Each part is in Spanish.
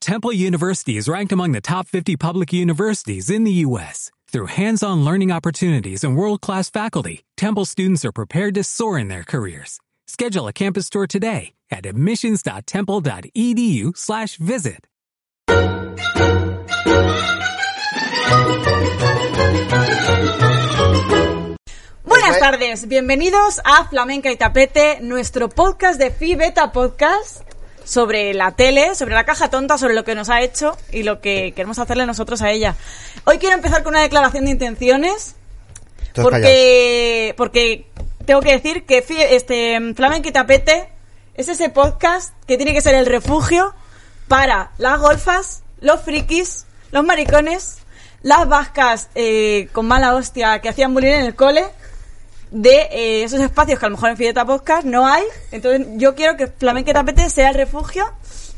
Temple University is ranked among the top 50 public universities in the U.S. Through hands on learning opportunities and world class faculty, Temple students are prepared to soar in their careers. Schedule a campus tour today at admissions.temple.edu E slash visit. Buenas tardes, bienvenidos a Flamenca y Tapete, nuestro podcast de Fi Beta Podcast sobre la tele, sobre la caja tonta, sobre lo que nos ha hecho y lo que queremos hacerle nosotros a ella. Hoy quiero empezar con una declaración de intenciones Todos porque porque tengo que decir que Fi- este Flamenca y Tapete es ese podcast que tiene que ser el refugio para las golfas, los frikis, los maricones, las vascas eh, con mala hostia que hacían bullying en el cole de eh, esos espacios que a lo mejor en Fideta Podcast no hay. Entonces yo quiero que Flamenque Tapete sea el refugio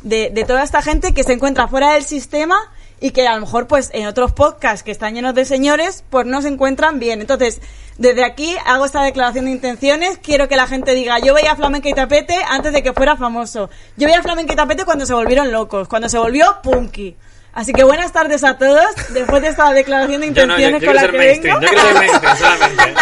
de, de toda esta gente que se encuentra fuera del sistema y que a lo mejor pues en otros podcasts que están llenos de señores pues no se encuentran bien. Entonces desde aquí hago esta declaración de intenciones. Quiero que la gente diga yo veía a Flamenque y Tapete antes de que fuera famoso. Yo veía a Flamenque y Tapete cuando se volvieron locos, cuando se volvió punky. Así que buenas tardes a todos. Después de esta declaración de Yo no, yo, yo intenciones quiero con la ser que mainstream, vengo. yo quiero ser mainstream solamente.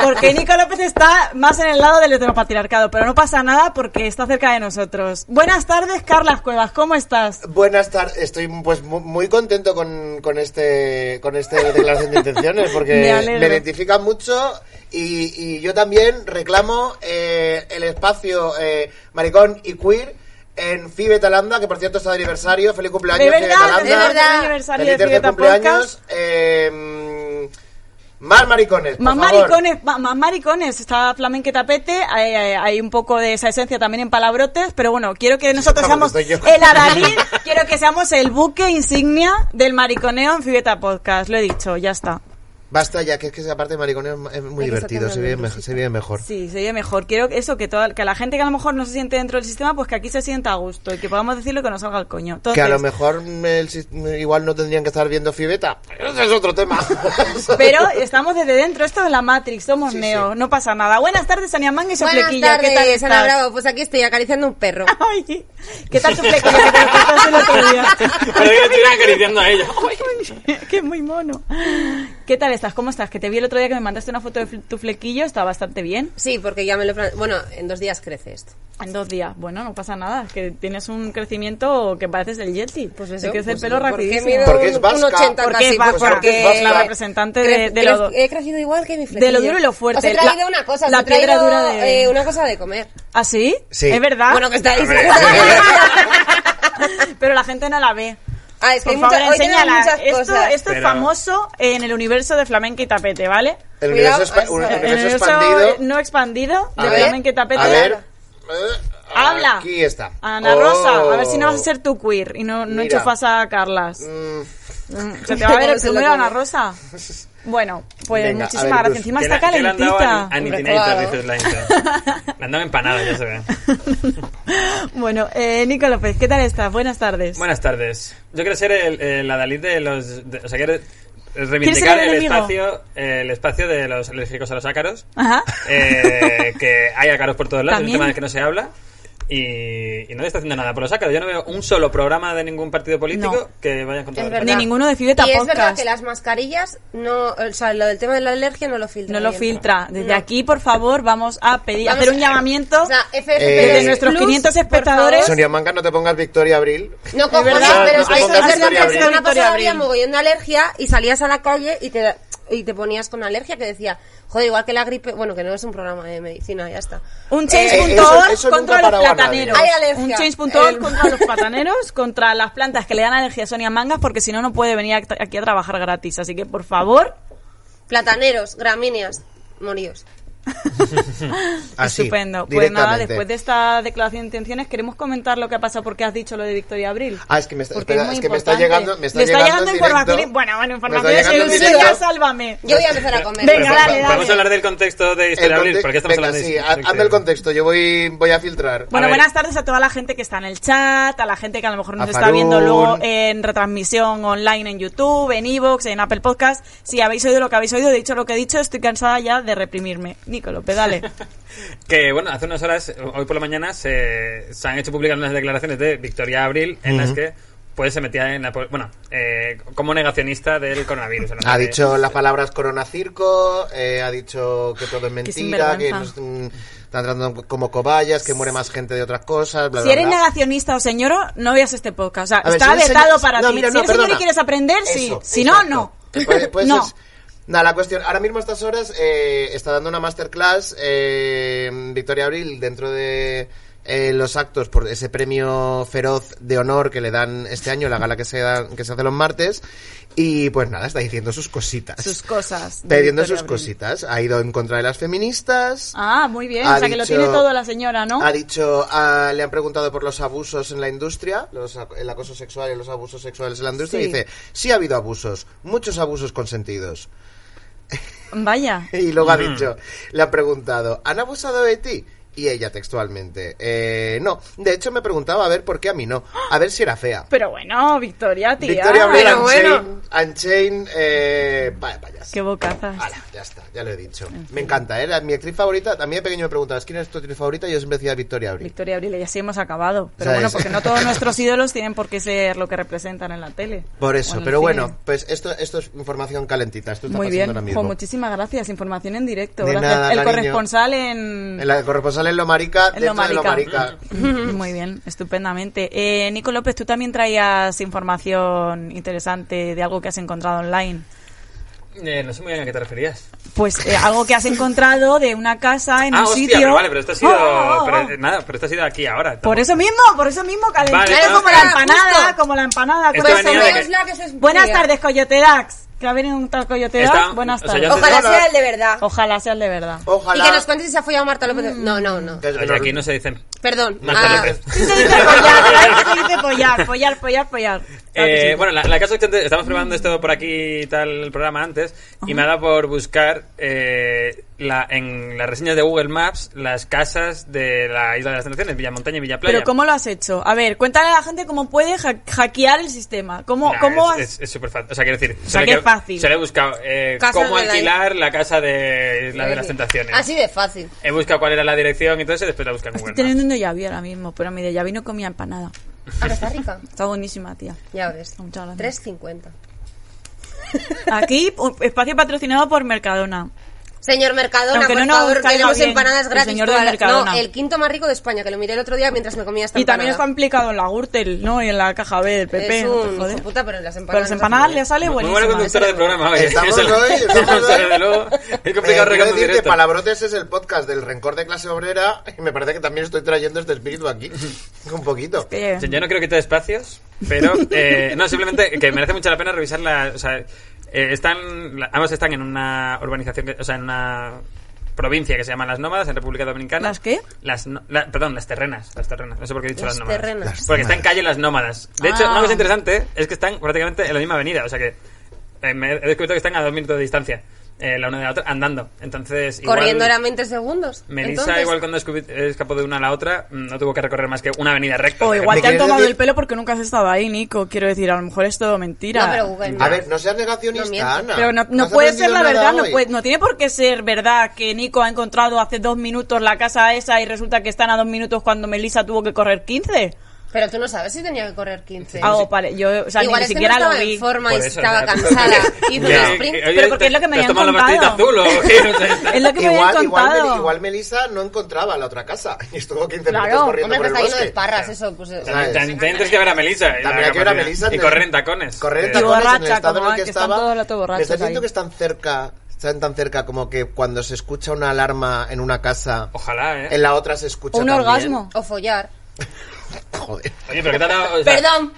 Porque Nico López está más en el lado del heteropatriarcado, pero no pasa nada porque está cerca de nosotros. Buenas tardes, Carlas Cuevas, ¿cómo estás? Buenas tardes, estoy pues mu- muy contento con, con este con este declaración de intenciones Me porque alegro. me identifica mucho y, y yo también reclamo eh, el espacio eh, maricón y queer en Fibe Talanda, que por cierto está de aniversario, feliz cumpleaños de verdad, de Fibe Talanda, verdad, Feliz aniversario feliz de tercer Fibeta cumpleaños, Podcast. eh, más maricones, por Más favor. maricones, ma- más maricones, está flamenque tapete, hay, hay- hay un poco de esa esencia también en palabrotes, pero bueno, quiero que nosotros Vamos, seamos que soy yo. el adalid, quiero que seamos el buque insignia del mariconeo en Fibeta Podcast, lo he dicho, ya está. Basta ya, que es que esa parte de maricones es- es muy Hay que divertido, sacarlo se de vive, la mejor- se vive mejor. Sí, sería mejor. Quiero que eso, que, toda, que la gente que a lo mejor no se siente dentro del sistema, pues que aquí se sienta a gusto y que podamos decir lo que nos salga el coño. Que a lo Entonces, mejor mm, el sis- igual no tendrían que estar viendo Fibeta. Ese es otro tema. Pero estamos desde dentro, esto es la Matrix, somos neo, no pasa nada. Buenas tardes, Sonia Manga y su Buenas flequillo, tardes, ¿qué tal Ana estás? Bravo. Pues aquí estoy acariciando un perro. Ay, ¿Qué tal tu flequillo que te lo cortaste el otro día? Pero yo estoy acariciando a ella. que muy mono. ¿Qué tal estás? ¿Cómo estás? Que te vi el otro día que me mandaste una foto de fl- tu flequillo, está bastante bien. Sí, porque ya me lo... plan- Bueno, en dos días crece esto. En dos días. Bueno, no pasa nada, es que tienes un crecimiento que pareces el Yeti. Pues eso, Te crece el pues pelo eso. ¿Por qué rapidísimo. mido Porque es un- vasca. un 80 Porque casi? es vasca. Pues Porque es vasca. La representante de- Cre- de los- cre- He crecido igual que mi de lo flequillo. duro y lo fuerte. Os he traído La- una cosa. os la he traído, piedra dura de- eh, una cosa de comer. ¿Ah, sí? Sí. ¿Es verdad? Bueno, que estáis... Pero la gente no la ve. ah, es que Por hay mucha- favor, hoy tenemos enséñala. muchas Esto, cosas. esto es Pero- famoso en el universo de flamenca y tapete, ¿vale? El Cuidado, universo, expa- eso, un eh, universo el universo expandido. no expandido A de ver, flamenca y tapete. A ver. eh, Habla. Aquí está. Ana Oh. Rosa, a ver si no vas a ser tu queer y no, no Mira. enchufas a Carlas. Mm, Se te va a ver el Se lo primero, come. Ana Rosa. Bueno, pues Venga, a muchísimas ver, gracias. Cruz. Encima Que está la- que le han dado calentita. a- a Nitinator, Claro. dices la intro. Le han dado empanada, ya se ve. Bueno, eh, Nico López, ¿qué tal estás? Buenas tardes. Buenas tardes. Yo quiero ser el, el adalid de los... de- o sea, quiero ser reivindicar el el enemigo? espacio, el espacio de los alérgicos a los ácaros. Ajá. Eh, que hay ácaros por todos lados, es un También. tema del que no se habla. Y, y nadie está haciendo nada por los ácaros. Yo no veo un solo programa de ningún partido político No. que vaya en contra Es de los verdad. Ni ninguno de Fibeta Y es Podcast. verdad que las mascarillas no... O sea, lo del tema de la alergia no lo filtra No lo bien. filtra. Desde No. aquí, por favor, vamos a pedir, Vamos hacer un a- llamamiento O sea, FFP Eh, de nuestros Plus, 500 por espectadores. favor. Sonia Manca, no te pongas Victoria Abril. No cojones, verdad, pero no es que eso pongas es verdad Victoria que la Abril. semana Victoria pasada Abril. había mogollón de alergia y salías a la calle y te, y te ponías con alergia que decía, joder, igual que la gripe, bueno, que no es un programa de medicina, ya está. Un Eh, eso- change.org eso nunca contra los paraba nadie. plataneros. Hay alergia. Un change.org El- contra los plataneros, contra las plantas que le dan alergia a Sonia Mangas, porque si no, no puede venir act- aquí a trabajar gratis. Así que, por favor, Plataneros, gramíneas, moríos. Así. estupendo. Pues nada, Ah, directamente. después de esta declaración de intenciones, queremos comentar lo que ha pasado porque has dicho lo de Victoria Abril. Ah, es que me está, Porque espera, muy es que me está importante. llegando. Me está Le está llegando, llegando en información. directo. Bueno, bueno, Me está información. llegando en exclusiva, directo. sálvame. Yo voy a empezar a comer. Venga, Pero, dale, pa- dale. Vamos a hablar del contexto de El Historia Abril, conte- porque estamos venga, hablando de este sí, historia ha- hazme el abril. contexto, yo voy, voy a filtrar. Bueno, A ver. buenas tardes a toda la gente que está en el chat, a la gente que a lo mejor nos A está viendo Farun. luego en retransmisión online en YouTube, en Evox, en Apple Podcast. Si habéis oído lo que habéis oído, he dicho lo que he dicho, estoy cansada ya de reprimirme. Nicolo, pedale. Que bueno, hace eh, unas horas, hoy por la mañana, se, se han hecho públicas unas declaraciones de Victoria Abril en las que pues se metía en la... po- Bueno, eh, como negacionista del coronavirus. Ha Eh, dicho las palabras corona circo, eh, ha dicho que todo es mentira, que nos sinvergüenza. mm, están tratando como cobayas, que muere más gente de otras cosas, bla, Si bla, eres bla. negacionista o señoro, no veas este podcast. O sea, A ver, está si eres vetado señor- para no, ti. mira, si no, eres señor y perdona. quieres aprender, sí. Eso, Si no, exacto. no. Pues- pues no. es- nada, la cuestión. Ahora mismo a estas horas eh, está dando una masterclass eh, Victoria Abril dentro de eh, los actos por ese premio feroz de honor que le dan este año, la gala que se, da- que se hace los martes. Y pues nada, está diciendo sus cositas. Sus cosas. de Está diciendo Victoria sus Abril. cositas. Ha ido en contra de las feministas. Ah, muy bien. Ha o sea, que lo dicho- tiene todo la señora, ¿no? Ha dicho, ah, le han preguntado por los abusos en la industria, los, ac- el acoso sexual y los abusos sexuales en la industria, Sí. y dice, sí ha habido abusos, muchos abusos consentidos. Vaya. Y luego ha dicho, le han preguntado, ¿han abusado de ti? Y ella textualmente, "Eh, no, de hecho me preguntaba a ver por qué a mí no, a ver si era fea. Pero bueno, Victoria, tía. Victoria Abril, pero Unchained, bueno. Unchained, eh, vaya payas. Qué bocazas. Ala, ya está, ya lo he dicho. Me encanta, ¿eh? Mi actriz favorita, a mí de pequeño me preguntabas, ¿quién es tu actriz favorita? Y yo siempre decía Victoria Abril. Victoria Abril, y así hemos acabado. Pero ¿Sabes? bueno, porque no todos nuestros ídolos tienen por qué ser lo que representan en la tele. Por o en eso, el pero cine. bueno, pues esto, esto es información calentita, esto está Muy pasando bien, ahora mismo. Jo, muchísimas gracias. Información en directo. De Gracias. nada, el cariño. corresponsal en, El corresponsal en Lomarica, en dentro de Lomarica. Muy bien, estupendamente. Eh, Nico López, tú también traías información interesante de algo que has encontrado online. eh, no sé muy bien a qué te referías. Pues eh, algo que has encontrado de una casa en ah, un hostia, sitio. pero vale, pero esto ha sido... Oh, oh, oh, oh. pero, eh, nada, pero esto ha sido aquí ahora. Por eso mismo, por eso mismo, calentito Vale, no, como la espera, empanada, justo. como la empanada. Esto con- Pues venía de menos que- la que se es Buenas fría. tardes, Coyotedax. Que ha venido un tal Coyotedax. Está- Buenas o sea, tardes. yo Ojalá Entonces, sea el de verdad. Ojalá seas de verdad. Ojalá. Y que nos cuentes si se ha follado Marta López. No, no, no. que- que Oye, nos- aquí no se dicen... Perdón. Marta Ah, López. Sí se dice follar, ¿eh? Se dice follar, follar, follar, follar. Claro Ah, que Eh, sí. bueno, la, la casa es que antes- estamos probando esto por aquí tal el programa antes y me ha dado por buscar eh, la, en las reseñas de Google Maps las casas de la isla de las tentaciones, Villamontaña y Villa Playa. Pero ¿cómo lo has hecho? A ver, cuéntale a la gente cómo puede ha- hackear el sistema. ¿Cómo, Nah, cómo has- es- es- es súper fácil. O sea, quiero decir, O sea, se que le es fácil. Se le he buscado eh, Casas cómo de la alquilar la casa de la de las sí. tentaciones. Ah, Así de fácil. He buscado cuál era la dirección y todo eso y después la buscan en Estoy Google Maps. Ah, teniendo un déjà vu ahora mismo, pero mi déjà vu no comía empanada. Ah, que está rica. Está buenísima, tía. Ya ves. Muchas gracias. 3.50. Aquí, un espacio patrocinado por Mercadona. Señor Mercadona, Aunque por no nos favor, caiga queremos bien empanadas el gratis. señor del toda la- Mercadona. No, el quinto más rico de España, que lo miré el otro día mientras me comía esta Y también está empanada. implicado en la Gürtel, ¿no? Y en la caja B del PP. Es no te un jodes. hijo puta, pero las empanadas... Pero las empanadas le sale Muy buenísimas. ¿eh? buena conductora de programa hoy. Estamos Eso lo- hoy, estamos o sea, hoy. desde luego, es Eh, complicado quiero reconducir decir que esto. Palabrotes es el podcast del rencor de clase obrera y me parece que también estoy trayendo este espíritu aquí. Un poquito. Eh, Sí, Yo no creo que te espacios, pero eh, no, simplemente que merece mucho la pena revisar la. O sea, eh, están, la- ambos están en una urbanización, que- o sea, en una provincia que se llama Las Nómadas, en República Dominicana. ¿Las qué? Las, no- la- perdón, las terrenas. Las terrenas. No sé por qué he dicho Las las, nómadas. terrenas. Las Porque está en calle Las Nómadas. De hecho, Ah. una cosa interesante es que están prácticamente en la misma avenida, o sea que eh, me he descubierto que están a dos minutos de distancia, eh, la una de la otra, andando. Entonces, igual- Corriendo eran 20 segundos. Melissa, Entonces, igual cuando escupi- escapó de una a la otra, mm, no tuvo que recorrer más que una avenida recta. O por igual ¿Me te han quieres tomado decir? el pelo porque nunca has estado ahí, Nico. Quiero decir, a lo mejor es todo mentira. No, pero Google Ah. no. A ver, no seas No negacionista, miento. Ana. Pero no, no has puede ser aprendido la nada verdad, no, hoy. puede- no tiene por qué ser verdad que Nico ha encontrado hace dos minutos la casa esa y resulta que están a dos minutos cuando Melissa tuvo que correr 15. Pero tú no sabes si tenía que correr 15. Ah, oh, vale, yo o sea, Igual ni es que siquiera no lo estaba vi. en forma Por y eso, estaba o sea, cansada. Hizo un Ya. Eh, sprint. Oye, Pero porque es lo que ¿te me has habían tomado la contado. pastillita azul o qué? O sea, Es lo que me habían Igual, igual, contado. Meli- igual Melissa no encontraba la otra casa y estuvo 15 minutos Claro, corriendo hombre, por el que está lleno de bosque. esparras, eso. Pues, eh, Claro. También también tienes que ver a Melissa. y la También hay que ver a capacidad. Melissa. Y en correr el- en tacones. Correr en Eh, tacones. tacones en el borracha, estado en como el que, que están estaba. todos los rato me borrachos estás diciendo ahí. que están cerca, están tan cerca como que cuando se escucha una alarma en una casa, Ojalá, ¿eh? en la otra se escucha Un también. orgasmo. O follar. Joder. Oye, pero ¿qué te ha dado? o sea, Perdón,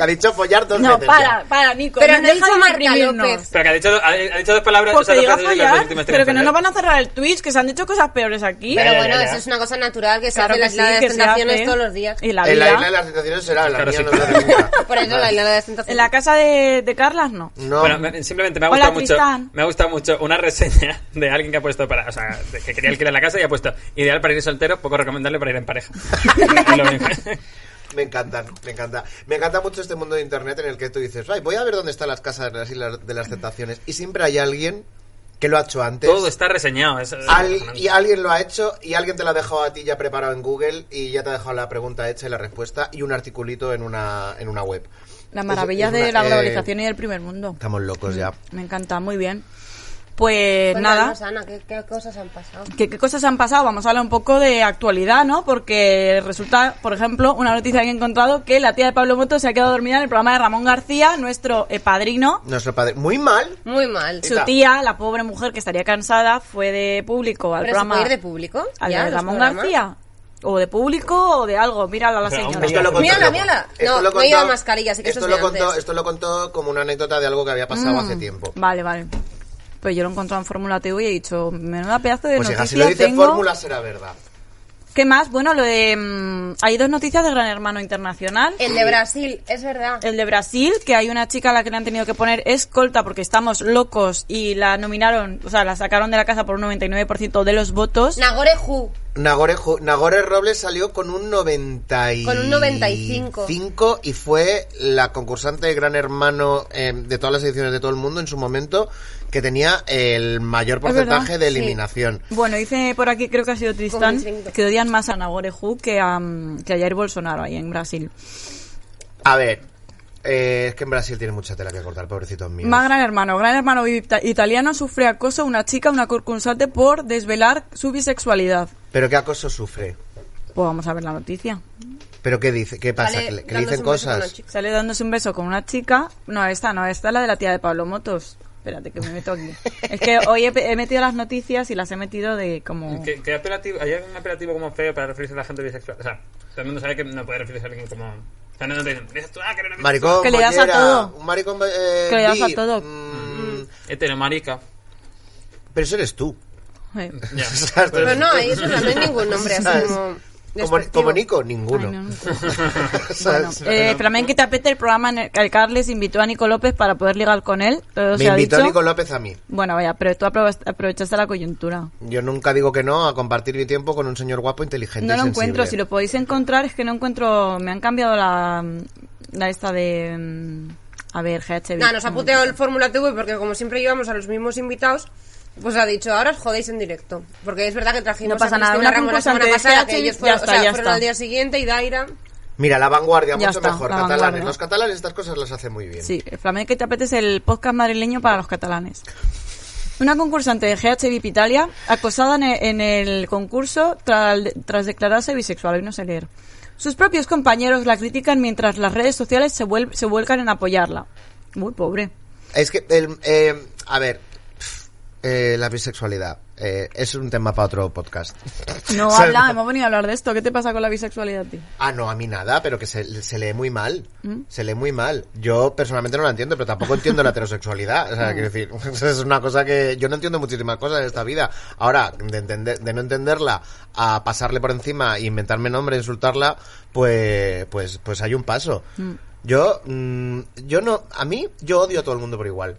Ha dicho follar dos No, veces ya. para, para, Nico. pero no no deja hizo de Marta deprimirnos. López. Pero que ha dicho, ha, ha dicho dos palabras. Pues o que sea, dos diga frases de las follar, últimas tres pero que no frases. nos van a cerrar el Twitch, que se han dicho cosas peores aquí. Pero ya, bueno, ya, ya. eso es una cosa natural que se Claro hace en que la isla sí, de que las se hace. tentaciones todos los días. Y la en la vida. isla de las tentaciones será, la Claro, mía sí. no se hace nunca. Por eso la isla de las En tentaciones. la casa de, de Carlas, no. No, Bueno, me- simplemente me ha Hola, gustado mucho. Tristán. Me ha gustado mucho una reseña de alguien que ha puesto para. O sea, de- que quería alquilar la casa y ha puesto ideal para ir soltero, poco recomendable para ir en pareja. Es lo mismo. me encantan, me encanta. Me encanta mucho este mundo de internet en el que tú dices, "Ay, voy a ver dónde están las casas de las islas de las tentaciones. Y siempre hay alguien que lo ha hecho antes. Todo está reseñado. es- es Al- impresionante. y alguien lo ha hecho y alguien te lo ha dejado a ti ya preparado en Google y ya te ha dejado la pregunta hecha y la respuesta y un articulito en una, en una web. Las Es- maravillas es una- de la eh, globalización y del primer mundo. Estamos locos ya. Me encanta, muy bien. Pues nada. Cuéntanos, Ana, ¿qué, qué cosas han pasado? ¿Qué, qué cosas han pasado? Vamos a hablar un poco de actualidad, ¿no? Porque resulta, por ejemplo, una noticia que he encontrado que la tía de Pablo Moto se ha quedado dormida en el programa de Ramón García, nuestro eh, padrino. Nuestro padre. Muy mal. Muy mal. Su tía, la pobre mujer que estaría cansada, fue de público al ¿Pero se programa. puede ir de público? al ¿Ya, de los Ramón programas? García. O de público o de algo. Mírala a la Pero aún señora. no Esto lo contó- Mírala, mírala. esto No, lo no lleva contó- mascarilla, así que eso esto es lo de contó, antes. Mm. Esto lo contó como una anécdota de algo que había pasado hace tiempo. Vale, vale. Pues yo lo he encontrado en Fórmula TV y he dicho, menuda pedazo de Pues hija, noticia si lo dice tengo. fórmula será verdad. ¿Qué más? Bueno, lo de... mm, hay dos noticias de Gran Hermano Internacional. El de Brasil, es verdad. El de Brasil, que hay una chica a la que le han tenido que poner escolta porque estamos locos y la nominaron, o sea, la sacaron de la casa por un 99% de los votos. Nagoreju. Nagore, Ju- Nagore Robles salió con un 90 y- Con un 95. cinco y fue la concursante de Gran Hermano eh, de todas las ediciones de todo el mundo en su momento que tenía el mayor verdad, porcentaje de sí. eliminación. Bueno, dice por aquí, creo que ha sido Como Tristán, un chiringuito. que odian más a Nagoreju que a, mm, que a Jair Bolsonaro ahí en Brasil. A ver, eh, es que en Brasil tiene mucha tela que cortar, pobrecito mío. Más Gran Hermano. Gran Hermano ita- italiano sufre acoso a una chica, una concursante, por desvelar su bisexualidad. Pero qué acoso sufre. Pues vamos a ver la noticia. Pero qué dice, qué pasa, Vale, que le, que le dándose dicen un beso con la cosas. chica. Sale dándose un beso con una chica. No, esta no, esta es la de la tía de Pablo Motos. Espérate que me meto aquí. Es que hoy he, pe- he metido las noticias y las he metido de Mm. como... ¿Qué, qué apelativo? ¿Hay algún apelativo como feo para referirse a la gente bisexual? O sea, todo el mundo sabe que no puede referirse a alguien como... O sea, no, no te dicen, "Dices tú, ah, que eres una Maricón, Que le das a bollera, todo. Un maricón, eh, Que le das a bi, todo. mm, bisexual". Este, Heteromarica. pero eso eres tú. Eh, Ya. O sea, esto Pero eres no, tú. ahí eso no hay ningún nombre así ¿Sabes? como... Como, despectivo. como Nico, ay, ninguno. no, no. Bueno, ¿Sabes? eh, Flamenca y Tapete, el programa en el que Carles invitó a Nico López para poder ligar con él. Todo Me se ha invitó dicho. Nico López a mí. Bueno, vaya, pero tú aprobas- aprovechaste la coyuntura. Yo nunca digo que no a compartir mi tiempo con un señor guapo, inteligente. No y lo sensible. encuentro, si lo podéis encontrar, es que no encuentro. Me han cambiado la, la esta de. mm, A ver, GHB. Nah, nos ha puteado el Fórmula TV porque como siempre llevamos a los mismos invitados, pues ha dicho, ahora os jodéis en directo. Porque es verdad que trajimos No pasa a nada, Cristina una Ramos la semana concursante de pasada, GH, que ellos ya fueron, está, o sea, ya fueron está. al día siguiente y Daira... Mira, la vanguardia, Ya mucho está, mejor. la Catalanes. vanguardia. Los catalanes estas cosas las hacen muy bien. Sí, Flamenca y Tapete es el podcast madrileño para los catalanes. Una concursante de GH VIP Italia, acosada en e- en el concurso tras, tras declararse bisexual, hoy no sé leer. Sus propios compañeros la critican mientras las redes sociales se, vuel- se vuelcan en apoyarla. Muy pobre. Es que, el, eh, a ver, eh, la bisexualidad eh, es un tema para otro podcast. No, O sea, habla, hemos venido a hablar de esto. ¿Qué te pasa con la bisexualidad, tío? Ah, no, a mí nada, pero que se, se lee muy mal. ¿Mm? Se lee muy mal. Yo personalmente no la entiendo, pero tampoco entiendo la heterosexualidad. Mm. O sea, quiero decir, es una cosa que yo no entiendo muchísimas cosas en esta vida. Ahora, de, entender, de no entenderla a pasarle por encima, e inventarme nombre, insultarla, pues, pues, pues hay un paso. Yo, mm, yo no, a mí, yo odio a todo el mundo por igual.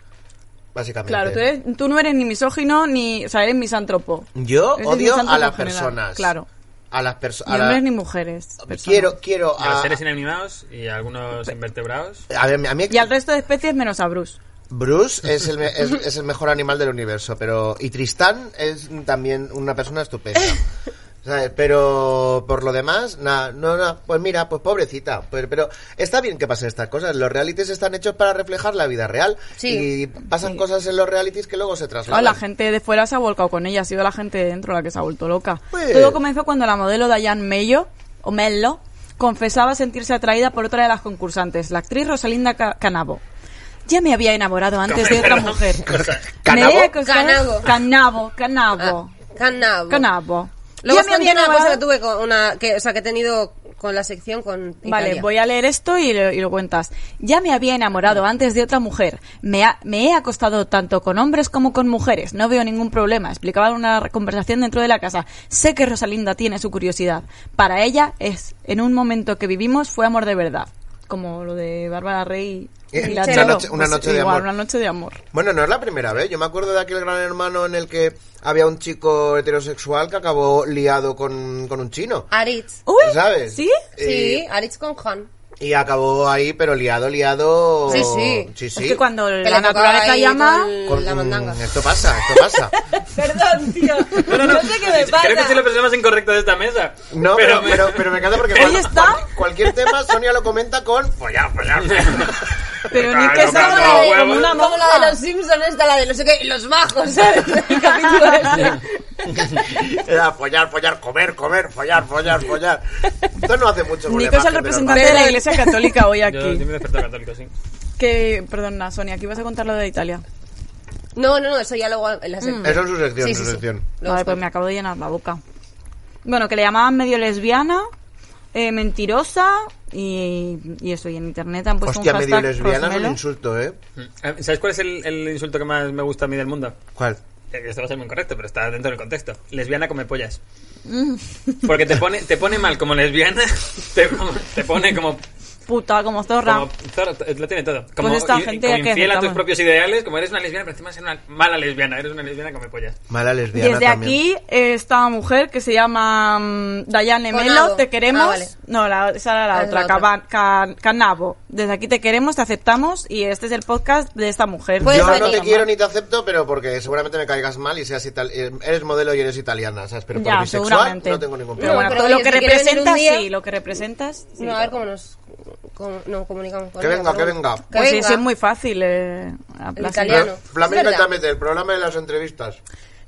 Básicamente. Claro, tú, eres- tú no eres ni misógino ni. O sea, eres misántropo. Yo Eres odio misántropo a las en general, personas. Claro. A las perso- Ni a la- hombres ni mujeres. personas. Quiero, quiero. A los A, seres inanimados y a algunos invertebrados. a ver, a mí Y al resto de especies menos a Bruce. Bruce es el, me- es, es el mejor animal del universo, pero. Y Tristán es también una persona estupenda. ¿Sabes? Pero por lo demás, nada, no, no, pues mira, pues pobrecita. Pues, pero está bien que pasen estas cosas. Los realities están hechos para reflejar la vida real. Sí. Y pasan cosas en los realities que luego se Claro, trasladan. la gente de fuera se ha volcado con ella, ha sido la gente de dentro la que se ha vuelto loca. Pues- Todo comenzó cuando la modelo Diane Mello, o Mello, confesaba sentirse atraída por otra de las concursantes, la actriz Rosalinda Ca- Canabo. Ya me había enamorado antes de otra mujer. ¿Canabo? Me había acostado- Canabo. Canabo, Canabo, ah, Canabo. Canabo. Luego Ya os me conté había una cosa que enamorado- tuve con una... Que, o sea, que he tenido con la sección con Vale, Italia. voy a leer esto y lo, y lo cuentas. Ya me había enamorado antes de otra mujer. Me, ha- me he acostado tanto con hombres como con mujeres. No veo ningún problema. Explicaba en una conversación dentro de la casa. Sé que Rosalinda tiene su curiosidad. Para ella es, en un momento que vivimos, fue amor de verdad. Como lo de Bárbara Rey y Eh, la una Chelo. noche- una noche de igual, amor. Una noche de amor. Bueno, no es la primera vez. Yo me acuerdo de aquel gran hermano en el que había un chico heterosexual que acabó liado con, con un chino. Aritz. Uy, ¿Sabes? ¿Sí? Eh, Sí, Aritz con Juan. Y acabó ahí, pero liado, liado. Sí, sí. Sí, Es sí. que cuando Que la le tocaba naturaleza ahí llama... con Con- la mm, mandanga. Esto pasa, esto pasa. Perdón, tío. No, sé qué me Creo que soy la pasa. persona más incorrecta de esta mesa. No, pero, pero, pero me encanta porque Ahí cual- está. cual- cualquier tema Sonia lo comenta con follar, follar. Pero ni Ah, que no, sea no, como la de- huevo. como una Como la de monja. los Simpsons, esta, la de no sé qué, y los bajos, ¿sabes? El capítulo ese. Era follar, follar, comer, comer, follar, follar, follar. Esto no hace mucho con la Nico es el imagen de los representante de la Iglesia Católica hoy Yo sí aquí. me despertado católico, sí. Que, perdona, Sonia, aquí vas a contar lo de Italia. No, no, no, eso ya luego en la sección. barcos. Eso es su sección, Sí, su sí, sí. sección. Luego Vale, os pues cuento. me acabo de llenar la boca. Bueno, que le llamaban medio lesbiana, eh, mentirosa y, y eso. Y en internet han puesto Hostia, Pues un medio hashtag lesbiana es un Cosmelo. insulto, ¿eh? Eh, ¿Sabes cuál es el, el insulto que más me gusta a mí del mundo? ¿Cuál? Eh, Esto va a ser muy incorrecto, pero está dentro del contexto. Lesbiana come pollas. Mm. Porque te pone, te pone mal como lesbiana, te, te pone como Puta, como zorra. Como, zorra, t- lo tiene todo. Como, Pues esta i- gente como que infiel a tus aceptamos. propios ideales, como eres una lesbiana, pero encima eres una mala lesbiana, eres una lesbiana come pollas. Mala lesbiana Desde aquí también. eh, esta mujer que se llama mm, Dayane Conado. Melo, te queremos. Ah, vale. No, la- esa era Ah, la es la otra, otra. Caban- Can- Canabo. Desde aquí te queremos, te aceptamos y este es el podcast de esta mujer. Puedes Yo no venir. te quiero ni te acepto, pero porque seguramente me caigas mal y seas ital- eh, eres modelo y eres italiana, ¿sabes? Pero por ya, bisexual seguramente. no tengo ningún Pero problema. bueno, Pero todo lo oye, que si quiere venir un representas, día- sí, lo que representas. sí. No, a ver cómo nos cómo nos comunicamos. con Mm. Que ella, venga, pero que bueno. venga. Que Pues sí, venga. sí, es muy fácil. eh, aplastar. italiano. Pero Flamenco Es verdad. Itamete, el programa de las entrevistas.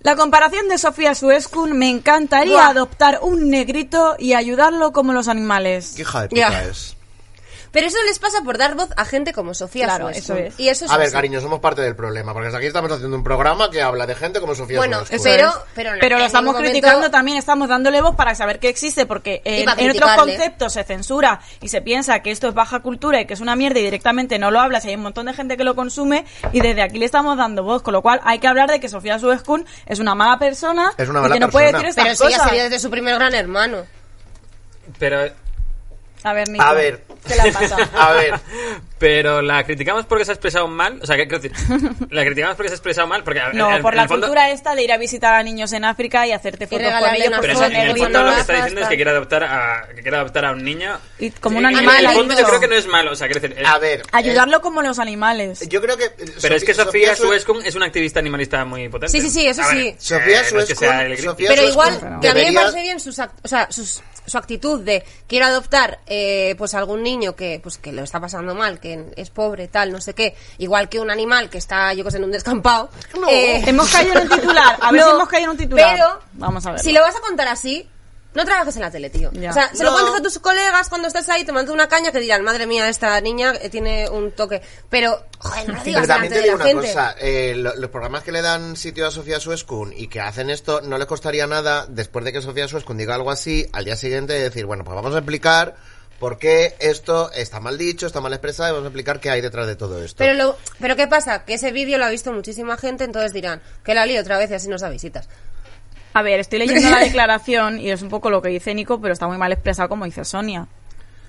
La comparación de Sofía Suescun, me encantaría Buah. adoptar un negrito y ayudarlo como los animales. Qué hija de puta Ya. es. Pero eso les pasa por dar voz a gente como Sofía Claro, Suescu. eso es. Y eso es A ver, así. cariño, somos parte del problema, porque aquí estamos haciendo un programa que habla de gente como Sofía Bueno, Orozco. eso Pero- pero en lo ningún estamos momento- criticando también, estamos dándole voz para saber que existe, porque eh, Y en, para en otros criticarle. conceptos se censura y se piensa que esto es baja cultura y que es una mierda y directamente no lo hablas y hay un montón de gente que lo consume y desde aquí le estamos dando voz, con lo cual hay que hablar de que Sofía Suescun es una mala persona Es una y mala que no puede persona. decir estas Pero si ella cosas. se vio desde su primer gran hermano. Pero, A ver, Nico, A ver, ¿qué le pasa? a ver. pero la criticamos porque se ha expresado mal. O sea, ¿qué quiero decir? La criticamos porque se ha expresado mal. Porque, No, en- en por la el fondo- cultura esta de ir a visitar a niños en África y hacerte fotos con regalarle ellos pues, una porque Pero foto son en el Negritos, fondo lo que está gafas, diciendo es que tal. quiere adoptar a, que quiere adoptar a un niño. Y como un Sí, animal, En ha el fondo yo dicho. creo que no es malo. O sea, quiero decir, es- A ver. Ayudarlo como los animales. eh, yo creo que. eh, Pero es que Sofía Sue- Suescun es una activista animalista muy potente. Sí, sí, sí, eso A ver, sí. eh, Sofía no es que sea Suescun- el grito. Sofía Pero Suescun igual, que a mí me debería- parece bien sus, act- o sea, sus- su actitud de quiero adoptar eh, pues algún niño que pues que lo está pasando mal, que es pobre, tal, no sé qué, igual que un animal que está, yo que sé, en un descampado. eh, No. Hemos caído en un titular. A ver si No, hemos caído en un titular. Pero, Vamos a ver. Si lo vas a contar así, no trabajes en la tele, tío. Ya. O sea, se No. lo cuentas a tus colegas cuando estás ahí tomando una caña que dirán, madre mía, esta niña eh, tiene un toque. Pero, joder, no lo digas Pero también delante te de digo la una gente. cosa, eh, lo- los programas que le dan sitio a Sofía Suescun y que hacen esto, no les costaría nada, después de que Sofía Suescun diga algo así, al día siguiente decir, bueno, pues vamos a explicar por qué esto está mal dicho, está mal expresado, y vamos a explicar qué hay detrás de todo esto. Pero, lo, pero ¿qué pasa? Que ese vídeo lo ha visto muchísima gente, entonces dirán, que la lío otra vez y así nos da visitas. A ver, estoy leyendo la declaración y es un poco lo que dice Nico, pero está muy mal expresado como dice Sonia.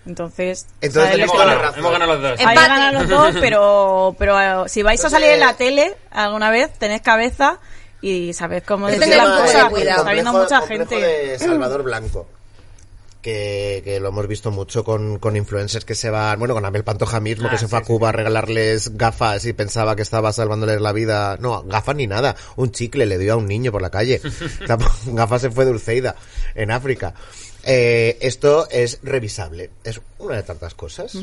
Entonces, Entonces, ¿sabes lo Hemos Toda la ganado, razón. hemos ganado los dos. que- ahí Empate. ganan los dos, pero, pero eh, si vais a Entonces- salir en la tele alguna vez, tened cabeza y sabed cómo Yo Esto decir tengo las un poco de cosas. cuidado. porque Está viendo mucha complejo gente. de Salvador Blanco. Que, que lo hemos visto mucho con, con influencers que se van, bueno, con Abel Pantoja mismo, Ah, que se fue sí, a sí. Cuba a regalarles gafas y pensaba que estaba salvándoles la vida. No, gafas ni nada. Un chicle le dio a un niño por la calle. Tampoco- gafas se fue de Dulceida, en África. Eh, esto es revisable. Es una de tantas cosas.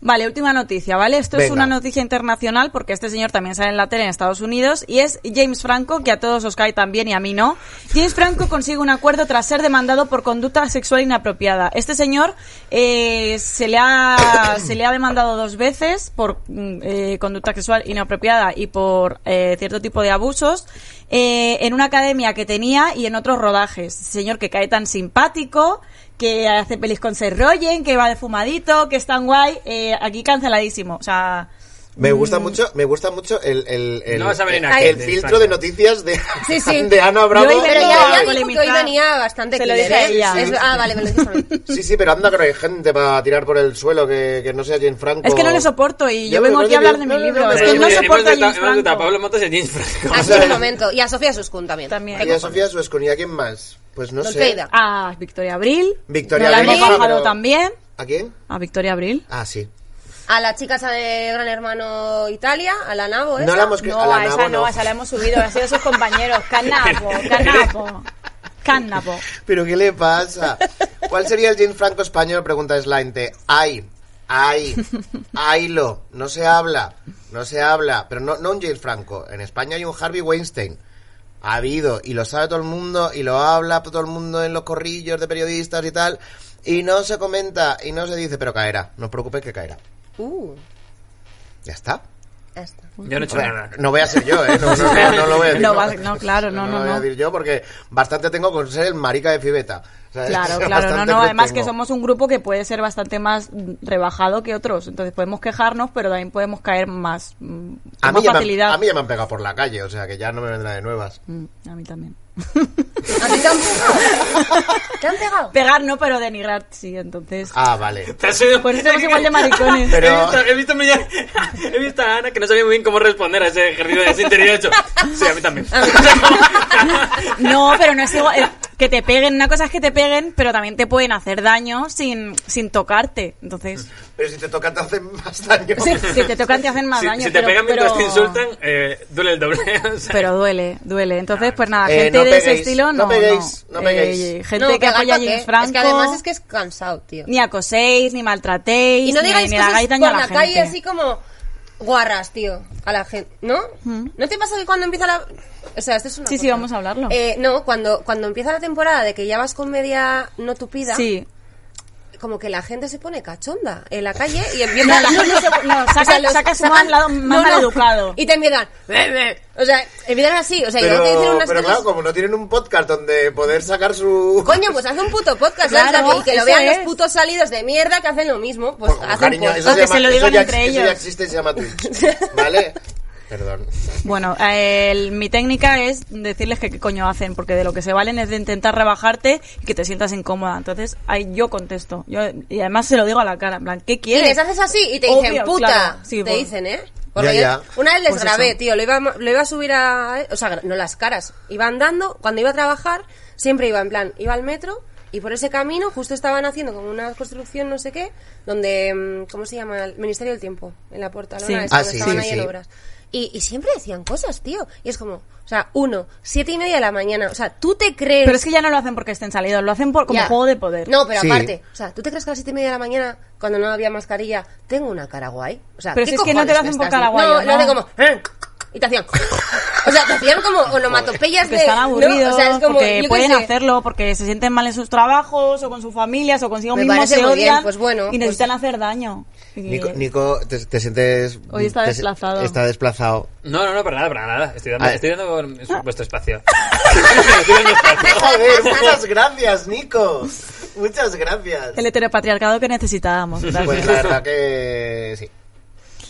Vale, última noticia, ¿vale? Esto es Venga. una noticia internacional porque este señor también sale en la tele en Estados Unidos y es James Franco, que a todos os cae también y a mí no. James Franco consigue un acuerdo tras ser demandado por conducta sexual inapropiada. Este señor eh, se, le ha, se le ha demandado dos veces por mm, eh, conducta sexual inapropiada y por eh, cierto tipo de abusos eh, en una academia que tenía y en otros rodajes. Este Señor que cae tan simpático que hace pelis con Seth Rogen, que va de fumadito, que es tan guay, eh, aquí canceladísimo. O sea, Me gusta mucho, me gusta mucho el, el, el, No vas a venir el- aquí, el de filtro de España. noticias de, Sí, sí. de Ana Bravo. Yo iba a Pero Pero ya, ya, ya ya dijo que hoy polémica. venía bastante Se lo killer, dije a ¿eh? ella. Es- ah, vale, me lo dijo a mí. Sí, sí, pero anda que no hay gente para tirar por el suelo que, que no sea Jane Franco. es que no le soporto y Ya, yo pero vengo no aquí a te- hablar de no, mi no, libro. no, Es no, que no no, no, soporto a Eh, hemos James votado- hemos votado a Pablo Franco. Motos y a James Franco. Así de momento. Y a Sofía Suscun también. También. Y a Sofía Suescun, ¿y a quién más? Pues no sé. Dulceida. Ah, Victoria Abril. Victoria Nos la Abril, hemos bajado pero- también. ¿A quién? A Victoria Abril. Ah, sí. A la chica esa de Gran Hermano Italia, a la Nabo, esa. No la hemos Pues que- No, a la a esa Nabo no, no. a esa la hemos subido, ha sido sus compañeros. Canapo, canapo, canapo. ¿Pero qué le pasa? ¿Cuál sería el Jane Franco español? Pregunta Slainte. Ay, ay, aylo. No se habla, no se habla. Pero no, no un Jane Franco. En España hay un Harvey Weinstein. Ha habido, y lo sabe todo el mundo, y lo habla todo el mundo en los corrillos de periodistas y tal. Y no se comenta, y no se dice, pero caerá. No os preocupéis que caerá. Uh, Ya está. ya está. Yo no he hecho Hombre, nada. No voy a ser yo, ¿eh? No, no, no, no lo voy a decir. No vas- no, claro, no, no, lo voy a no. decir yo porque bastante tengo con ser el marica de Fibeta. ¿sabes? Claro, claro, no, Bastante no, cruz además que tengo. somos un grupo que puede ser bastante más mm, rebajado que otros, entonces podemos quejarnos, pero también podemos caer más, mm, con A mí, más ya me, facilidad. han- a mí ya me han pegado por la calle, o sea que ya no me vendrá de nuevas. Mm, a mí también. ¿A ti te han pegado? ¿Te han pegado? Pegar no, pero denigrar sí, entonces. Ah, vale. Te has ido- Por eso somos igual de maricones. Pero- He visto, he, visto, milla- he visto a Ana que no sabía muy bien cómo responder a ese ejercicio de sinceridad. He hecho, Sí, a mí también. No, pero no es igual. eh, Que te peguen, una cosa es que te peguen, pero también te pueden hacer daño sin, sin tocarte. Entonces, Pero si te toca te hacen más daño. sí, si te tocan te hacen más si, daño. si te pero- pegan mientras pero- te insultan, eh, duele el doble. o sea, Pero duele, duele. Entonces, pues nada, Eh, gente no de ese peguéis, estilo no no. Eh, peguéis, no peguéis. gente No, que pegar apoya a pa' qué. James Franco. Es que además es que es cansado, tío. Ni acoséis, ni maltratéis, Y no ni, digáis ni le cosas hagáis por daño a la, la, calle gente. así como guarras, tío, a la gente, ¿no? ¿No te pasa que cuando empieza la... O sea, esto es una Mm. Sí, sí, cosa. vamos a hablarlo. Eh, no, cuando, cuando empieza la temporada de que ya vas con media no tupida, Sí, como que la gente se pone cachonda en la calle y empieza... No, no, no, se- no, saca- saca su mal lado más maleducado. Y te empiezan... "Ve, ve". O sea, empiezan así, o sea, y Pero, no te dicen unas pero cosas... claro, como no tienen un podcast donde poder sacar su... Coño, pues haz un puto podcast, Claro, lánzate, y que eso lo vean los es. putos salidos de mierda que hacen lo mismo, pues Bueno, haz un cariño, podcast. eso, que llama- se lo eso digan ya, entre eso ya ellos. existe y se llama Twitch. ¿Vale? Perdón. Bueno, eh, el- mi técnica es decirles que qué coño hacen, porque de lo que se valen es de intentar rebajarte y que te sientas incómoda. Entonces, ahí yo contesto. Yo, y además se lo digo a la cara, en plan, ¿qué Y quieres? les haces así y te Obvio, dicen, puta. claro. Sí, te pues. dicen, ¿eh? Porque Ya, ya. yo una vez les Pues grabé, eso. tío, lo iba, lo iba a subir a... O sea, no las caras. Iba andando, cuando iba a trabajar, siempre iba en plan, iba al metro y por ese camino justo estaban haciendo como una construcción, no sé qué, donde, mm, ¿cómo se llama? El Ministerio del Tiempo, en la puerta, Sí. Ah, sí, estaban sí, ahí sí. en obras. Y, y siempre decían cosas, tío. Y es como, o sea, uno, siete y media de la mañana. O sea, tú te crees... Pero es que ya no lo hacen porque estén salidos, lo hacen por, como Ya. juego de poder. No, pero Sí. aparte, o sea, ¿tú te crees que a las siete y media de la mañana, cuando no había mascarilla, tengo una cara guay? O sea, Pero ¿qué si es que no te cojones lo hacen me por estás- cara guay, No, ¿o lo hacen no? como. "Eh", Y te hacían. O sea, te hacían como onomatopeyas porque de. están ¿no? aburridos, O sea, es como. yo porque qué pueden sé. hacerlo, porque se sienten mal en sus trabajos o con sus familias o consigo Me mismos, parece se muy odian bien, pues bueno, y necesitan pues- hacer daño. Y- Nico, Nico, te, te sientes... Hoy está te- desplazado. Está desplazado. No, no, no, para nada, para nada. Estoy dando, Ah. estoy dando su- vuestro espacio. Estoy dando espacio. Joder, muchas gracias, Nico. Muchas gracias. el heteropatriarcado que necesitábamos. gracias. Pues la verdad que sí.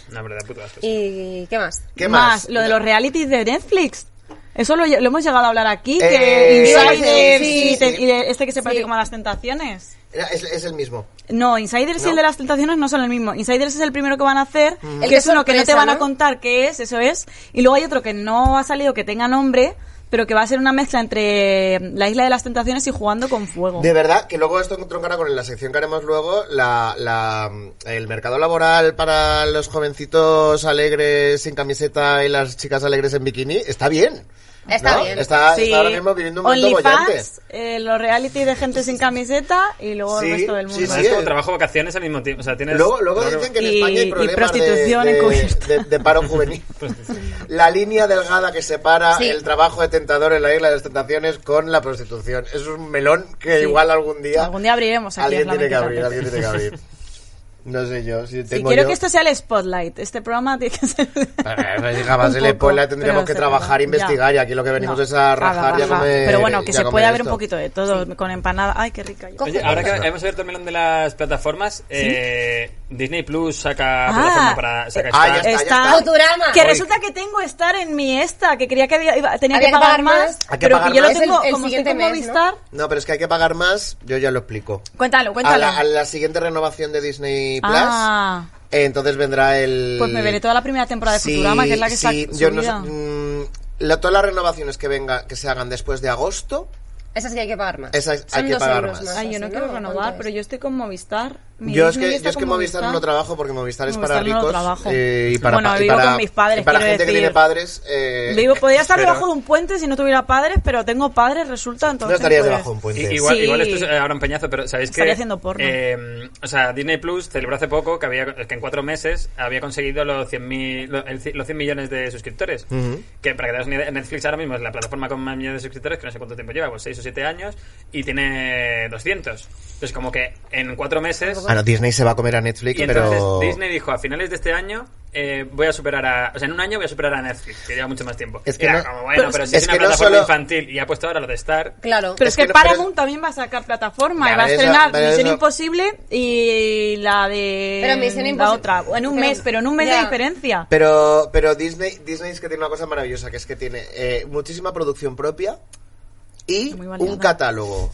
No, verdad, puto asco. ¿Y qué más? ¿Qué más? más? Lo de los realities de Netflix. Eso lo, lo hemos llegado a hablar aquí, Eh, que Insiders sí, y, sí, te- sí. y de este que se parece Sí. como a las tentaciones. Era- Es, es el mismo. No, Insiders y No. el de las tentaciones no son el mismo. Insiders es el primero que van a hacer, El que de es uno que no te sorpresa, van a ¿no? contar qué es, eso es. Y luego hay otro que no ha salido, que tenga nombre, pero que va a ser una mezcla entre la isla de las tentaciones y jugando con fuego. De verdad que luego esto entroncará con la sección que haremos luego, la, la, el mercado laboral para los jovencitos alegres sin camiseta y las chicas alegres en bikini está bien. Está ¿no? bien. Está, Sí. está ahora mismo viviendo un momento bollante. OnlyFans, eh, los reality de gente sin camiseta y luego Sí, el resto del sí, mundo. O sea, sí. es como trabajo vacaciones al mismo tiempo. O sea, tienes. Luego, luego claro. dicen que en Y- España hay y problemas de- prostitución de, encubierta. de- de paro juvenil. la línea delgada que separa Sí. el trabajo de tentador en la isla de las tentaciones con la prostitución. Es un melón que igual algún día... Algún día abriremos aquí, Alguien es la tiene que mentira. abrir, alguien tiene que abrir. No sé yo, si Sí, tengo quiero yo- que esto sea el spotlight. Este programa tiene que ser. Eh, Jamás Un el poco, spoiler tendríamos pero que se trabajar e puede. investigar y aquí lo que venimos No, es a rajar y a rajar. comer- Pero bueno, que y a se comer puede haber un esto. poquito de todo, con empanada. Ay, qué rica. yo. Oye, ahora que hemos abierto el melón de las plataformas, eh, Disney Plus saca Ah. plataforma para. Saca Ah, ya Star. está, ya Está- está. Futurama. Que Oye. resulta que tengo estar en mi esta, que creía que había- iba- tenía Había que pagar más. Hay que Pero pagar que yo lo más. tengo, Es el- el como estoy siguiente con mes, ¿no? Movistar. No, pero es que hay que pagar más, yo ya lo explico. Cuéntalo, A cuéntalo. la, a la siguiente renovación de Disney Plus, Ah. eh, entonces vendrá el... Pues me veré toda la primera temporada de Sí, Futurama, que es la que sí, está yo no sé- subida. mm, la- todas las renovaciones que venga, que se hagan después de agosto Esas que hay que pagar más. Esas hay Son que dos pagar euros más. Ay, yo no así, quiero ¿Cuánto renovar, es? pero yo estoy con Movistar. Mi Yo es Disney que, está yo es que con Movistar no trabajo porque Movistar es para Movistar no lo ricos trabajo. eh, y para, Bueno, pa- y vivo para- con mis padres, y para quiero gente que decir. tiene padres. eh, Vivo, podría estar Pero- debajo de un puente si no tuviera padres, pero tengo padres, resulta, entonces... no estarías pues, debajo de un puente. I- igual, Sí. igual esto es eh, ahora un peñazo, pero sabéis que. Estaría haciendo porno. eh, o sea, Disney Plus celebró hace poco que, había, que en cuatro meses había conseguido los 100, los 100 millones de suscriptores. Que para que te hagas una idea, Netflix ahora mismo es la plataforma con más millones de suscriptores, que no sé cuánto tiempo lleva, pues 6 o 7 años, y tiene 200. Entonces, como que en cuatro meses. Ah, no, Disney se va a comer a Netflix, Y entonces pero... Disney dijo, a finales de este año eh, voy a superar a... O sea, en un año voy a superar a Netflix, que lleva mucho más tiempo. Es Es que que no- como, bueno, pero si es es, una que no plataforma solo- infantil y ha puesto ahora lo de Star... Claro. Pero es, Es que, que no- pero- Paramount también va a sacar plataforma Ya, y va a pero eso- estrenar pero Misión eso- Imposible y la de Pero Misión la Imposible- otra en un pero- mes, pero en un mes de ya. diferencia. Pero, pero Disney, Disney es que tiene una cosa maravillosa, que es que tiene eh, muchísima producción propia y Muy variada. un catálogo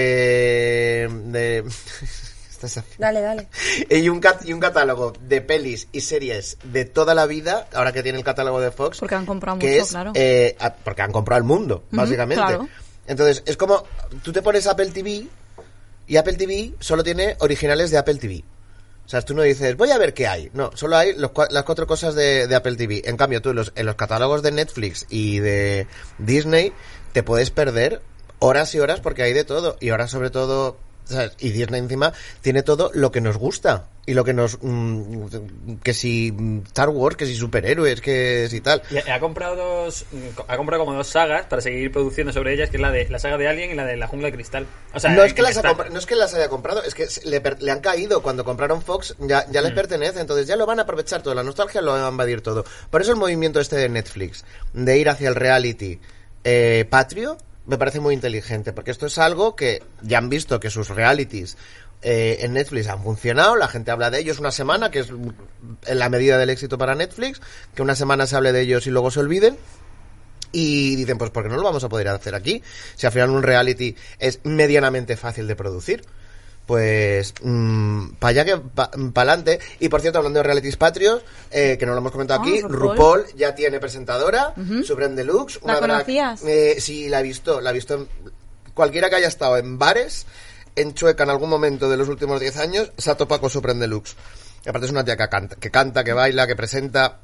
de... de- Estás haciendo- Dale, dale. y, un cat- y un catálogo de pelis y series de toda la vida, ahora que tiene el catálogo de Fox. Porque han comprado que mucho, es, claro. eh, a- porque han comprado el mundo, Ujú, básicamente. claro. Entonces, es como, tú te pones Apple TV y Apple TV solo tiene originales de Apple TV. O sea, tú no dices, voy a ver qué hay. No, solo hay los cua- las cuatro cosas de, de Apple TV. En cambio, tú en los, en los catálogos de Netflix y de Disney te puedes perder horas y horas porque hay de todo. Y ahora sobre todo, ¿sabes? y Disney encima tiene todo lo que nos gusta. Y lo que nos... mm, que si mm, Star Wars, que si superhéroes, que si tal. Y ha ha comprado dos, mm, co- ha comprado como dos sagas para seguir produciendo sobre ellas, que es la de la saga de Alien y la de la jungla de cristal. O sea, no, es que en las ha está- compra- no es que las haya comprado, es que se- le, per- le han caído. Cuando compraron Fox ya, ya Mm. les pertenece, entonces ya lo van a aprovechar todo, la nostalgia lo van a invadir todo. Por eso el movimiento este de Netflix, de ir hacia el reality eh, patrio, me parece muy inteligente, porque esto es algo que ya han visto que sus realities eh, en Netflix han funcionado, la gente habla de ellos una semana, que es mm, en la medida del éxito para Netflix, que una semana se hable de ellos y luego se olviden. Y dicen, pues porque no lo vamos a poder hacer aquí. Si al final un reality es medianamente fácil de producir, pues para allá que para adelante. Y por cierto, hablando de realities patrios, eh, que no lo hemos comentado Ah, aquí, RuPaul. RuPaul ya tiene presentadora, su brand deluxe. ¿La drag- conocías? eh, sí, la he visto, la he visto en- cualquiera que haya estado en bares, en Chueca en algún momento de los últimos 10 años, se ha topado con su brand deluxe. Y aparte es una tía que canta, que canta, que baila, que presenta,